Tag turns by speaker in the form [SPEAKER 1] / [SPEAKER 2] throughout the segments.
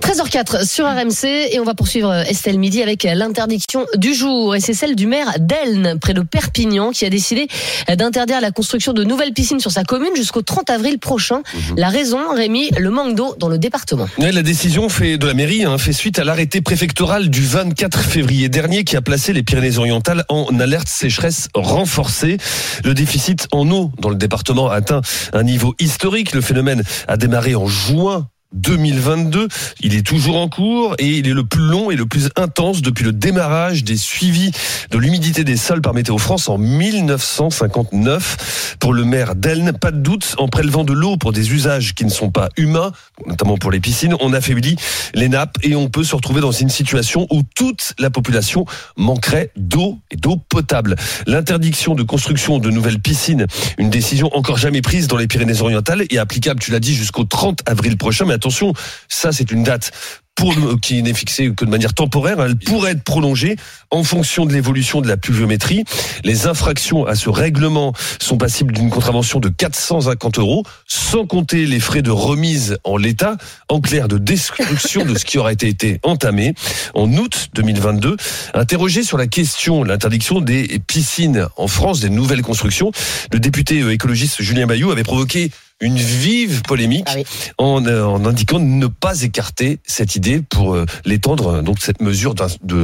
[SPEAKER 1] 13h04 sur RMC et on va poursuivre euh, Estelle Midi avec l'interdiction du jour et c'est celle du maire d'Elne près de Perpignan qui a décidé euh, d'interdire la construction de nouvelles piscines sur sa commune jusqu'au 30 avril prochain. La raison, Rémi, le manque d'eau dans le département.
[SPEAKER 2] Ouais, la décision fait de la mairie hein, fait suite à l'arrêté préfectoral du 24 février dernier qui a placé les Pyrénées-Orientales en alerte sécheresse renforcée. Le déficit en eau dans le département a atteint un niveau historique. Le phénomène a démarré en juin 2022. Il est toujours en cours et il est le plus long et le plus intense depuis le démarrage des suivis de l'humidité des sols par Météo France en 1959. Pour le maire d'Elne, pas de doute, en prélevant de l'eau pour des usages qui ne sont pas humains, notamment pour les piscines, on affaiblit les nappes et on peut se retrouver dans une situation où toute la population manquerait d'eau et d'eau potable. L'interdiction de construction de nouvelles piscines, une décision encore jamais prise dans les Pyrénées-Orientales et applicable, tu l'as dit, jusqu'au 30 avril prochain. Mais attention, ça c'est une date pour le- qui n'est fixée que de manière temporaire. Elle pourrait être prolongée en fonction de l'évolution de la pluviométrie. Les infractions à ce règlement sont passibles d'une contravention de 450 euros, sans compter les frais de remise en l'état, en clair de destruction de ce qui aurait été- été entamé. En août 2022, interrogé sur la question de l'interdiction des piscines en France, des nouvelles constructions, le député euh, écologiste Julien Bayou avait provoqué une vive polémique
[SPEAKER 1] Ah oui.
[SPEAKER 2] en, euh, en indiquant ne pas écarter cette idée pour euh, l'étendre, euh, donc cette mesure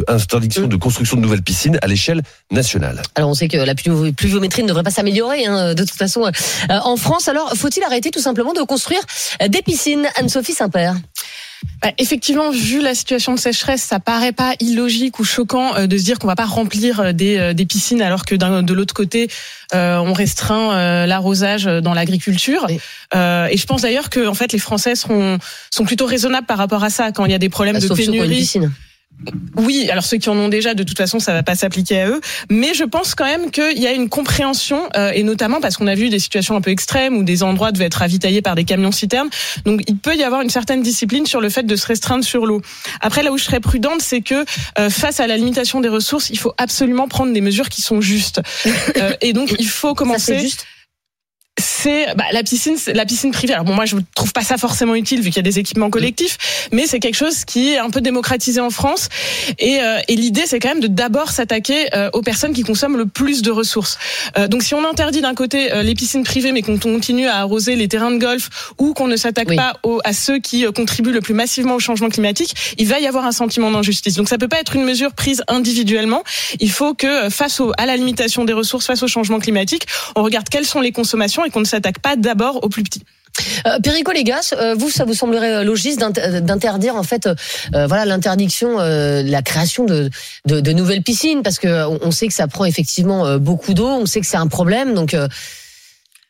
[SPEAKER 2] d'interdiction de construction de nouvelles piscines à l'échelle nationale.
[SPEAKER 1] Alors on sait que la pluvi- pluviométrie ne devrait pas s'améliorer hein, de toute façon euh, en France. Alors faut-il arrêter tout simplement de construire euh, des piscines Anne-Sophie Saint-Père.
[SPEAKER 3] Bah, effectivement, vu la situation de sécheresse, ça paraît pas illogique ou choquant euh, de se dire qu'on va pas remplir euh, des, euh, des piscines alors que d'un- de l'autre côté, euh, on restreint euh, l'arrosage euh, dans l'agriculture.
[SPEAKER 1] Oui.
[SPEAKER 3] Euh, et je pense d'ailleurs que en fait, les Français seront, sont plutôt raisonnables par rapport à ça quand il y a des problèmes
[SPEAKER 1] Bah,
[SPEAKER 3] de
[SPEAKER 1] sauf ceux qui ont une
[SPEAKER 3] pénurie.
[SPEAKER 1] piscine.
[SPEAKER 3] Oui, alors ceux qui en ont déjà, de toute façon, ça va pas s'appliquer à eux. Mais je pense quand même qu'il y a une compréhension, euh, et notamment parce qu'on a vu des situations un peu extrêmes où des endroits devaient être ravitaillés par des camions citernes. Donc il peut y avoir une certaine discipline sur le fait de se restreindre sur l'eau. Après, là où je serais prudente, c'est que euh, face à la limitation des ressources, il faut absolument prendre des mesures qui sont justes. Euh, et donc il faut
[SPEAKER 1] Ça
[SPEAKER 3] commencer
[SPEAKER 1] c'est juste.
[SPEAKER 3] c'est bah, la piscine, c'est- la piscine privée. Alors bon, moi je trouve pas ça forcément utile vu qu'il y a des équipements collectifs, mais c'est quelque chose qui est un peu démocratisé en France. Et, euh, et l'idée c'est quand même de d'abord s'attaquer euh, aux personnes qui consomment le plus de ressources. Euh, donc si on interdit d'un côté euh, les piscines privées, mais qu'on continue à arroser les terrains de golf ou qu'on ne s'attaque
[SPEAKER 1] Oui.
[SPEAKER 3] pas aux- à ceux qui euh, contribuent le plus massivement au changement climatique, il va y avoir un sentiment d'injustice. Donc ça peut pas être une mesure prise individuellement. Il faut que euh, face au, à la limitation des ressources, face au changement climatique, on regarde quelles sont les consommations et qu'on ne s'attaque pas d'abord aux plus petits.
[SPEAKER 1] Euh, Perico Légas, euh, vous ça vous semblerait euh, logiste d'int- euh, d'interdire en fait euh, euh, voilà l'interdiction euh, la création de, de de nouvelles piscines parce que euh, on sait que ça prend effectivement euh, beaucoup d'eau, on sait que c'est un problème donc euh,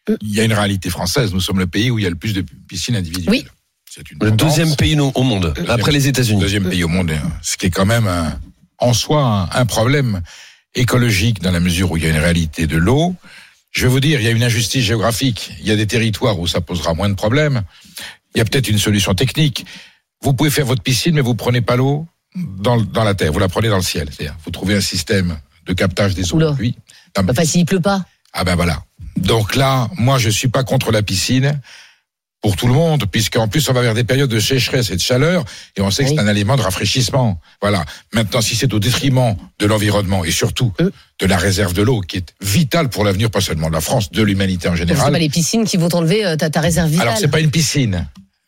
[SPEAKER 4] Mm. Il y a une réalité française. Nous sommes le pays où il y a le plus de piscines individuelles.
[SPEAKER 1] Oui.
[SPEAKER 4] C'est une
[SPEAKER 2] Le
[SPEAKER 4] tendance.
[SPEAKER 2] deuxième pays au monde, après les États-Unis.
[SPEAKER 4] Deuxième pays au monde, hein. ce qui est quand même un- en soi un, un problème écologique dans la mesure où il y a une réalité de l'eau. Je vais vous dire, il y a une injustice géographique. Il y a des territoires où ça posera moins de problèmes. Il y a peut-être une solution technique. Vous pouvez faire votre piscine, mais vous prenez pas l'eau dans, le- dans la terre. Vous la prenez dans le ciel. C'est-à-dire, vous trouvez un système de captage des eaux
[SPEAKER 1] Oula.
[SPEAKER 4] de pluie. Non, mais-
[SPEAKER 1] enfin s'il bah, pleut pas.
[SPEAKER 4] ah ben voilà. Donc là, moi je suis pas contre la piscine pour tout le monde, puisqu'en plus on va vers des périodes de sécheresse et de chaleur, et on sait que
[SPEAKER 1] Oui.
[SPEAKER 4] c'est un aliment de rafraîchissement. Voilà. Maintenant, si c'est au détriment de l'environnement et surtout
[SPEAKER 1] Euh.
[SPEAKER 4] de la réserve de l'eau, qui est vitale pour l'avenir, pas seulement de la France, de l'humanité en
[SPEAKER 1] Donc, C'est pas
[SPEAKER 4] général.
[SPEAKER 1] les piscines qui vont t'enlever euh, ta, ta réserve vitale.
[SPEAKER 4] Alors c'est pas une piscine,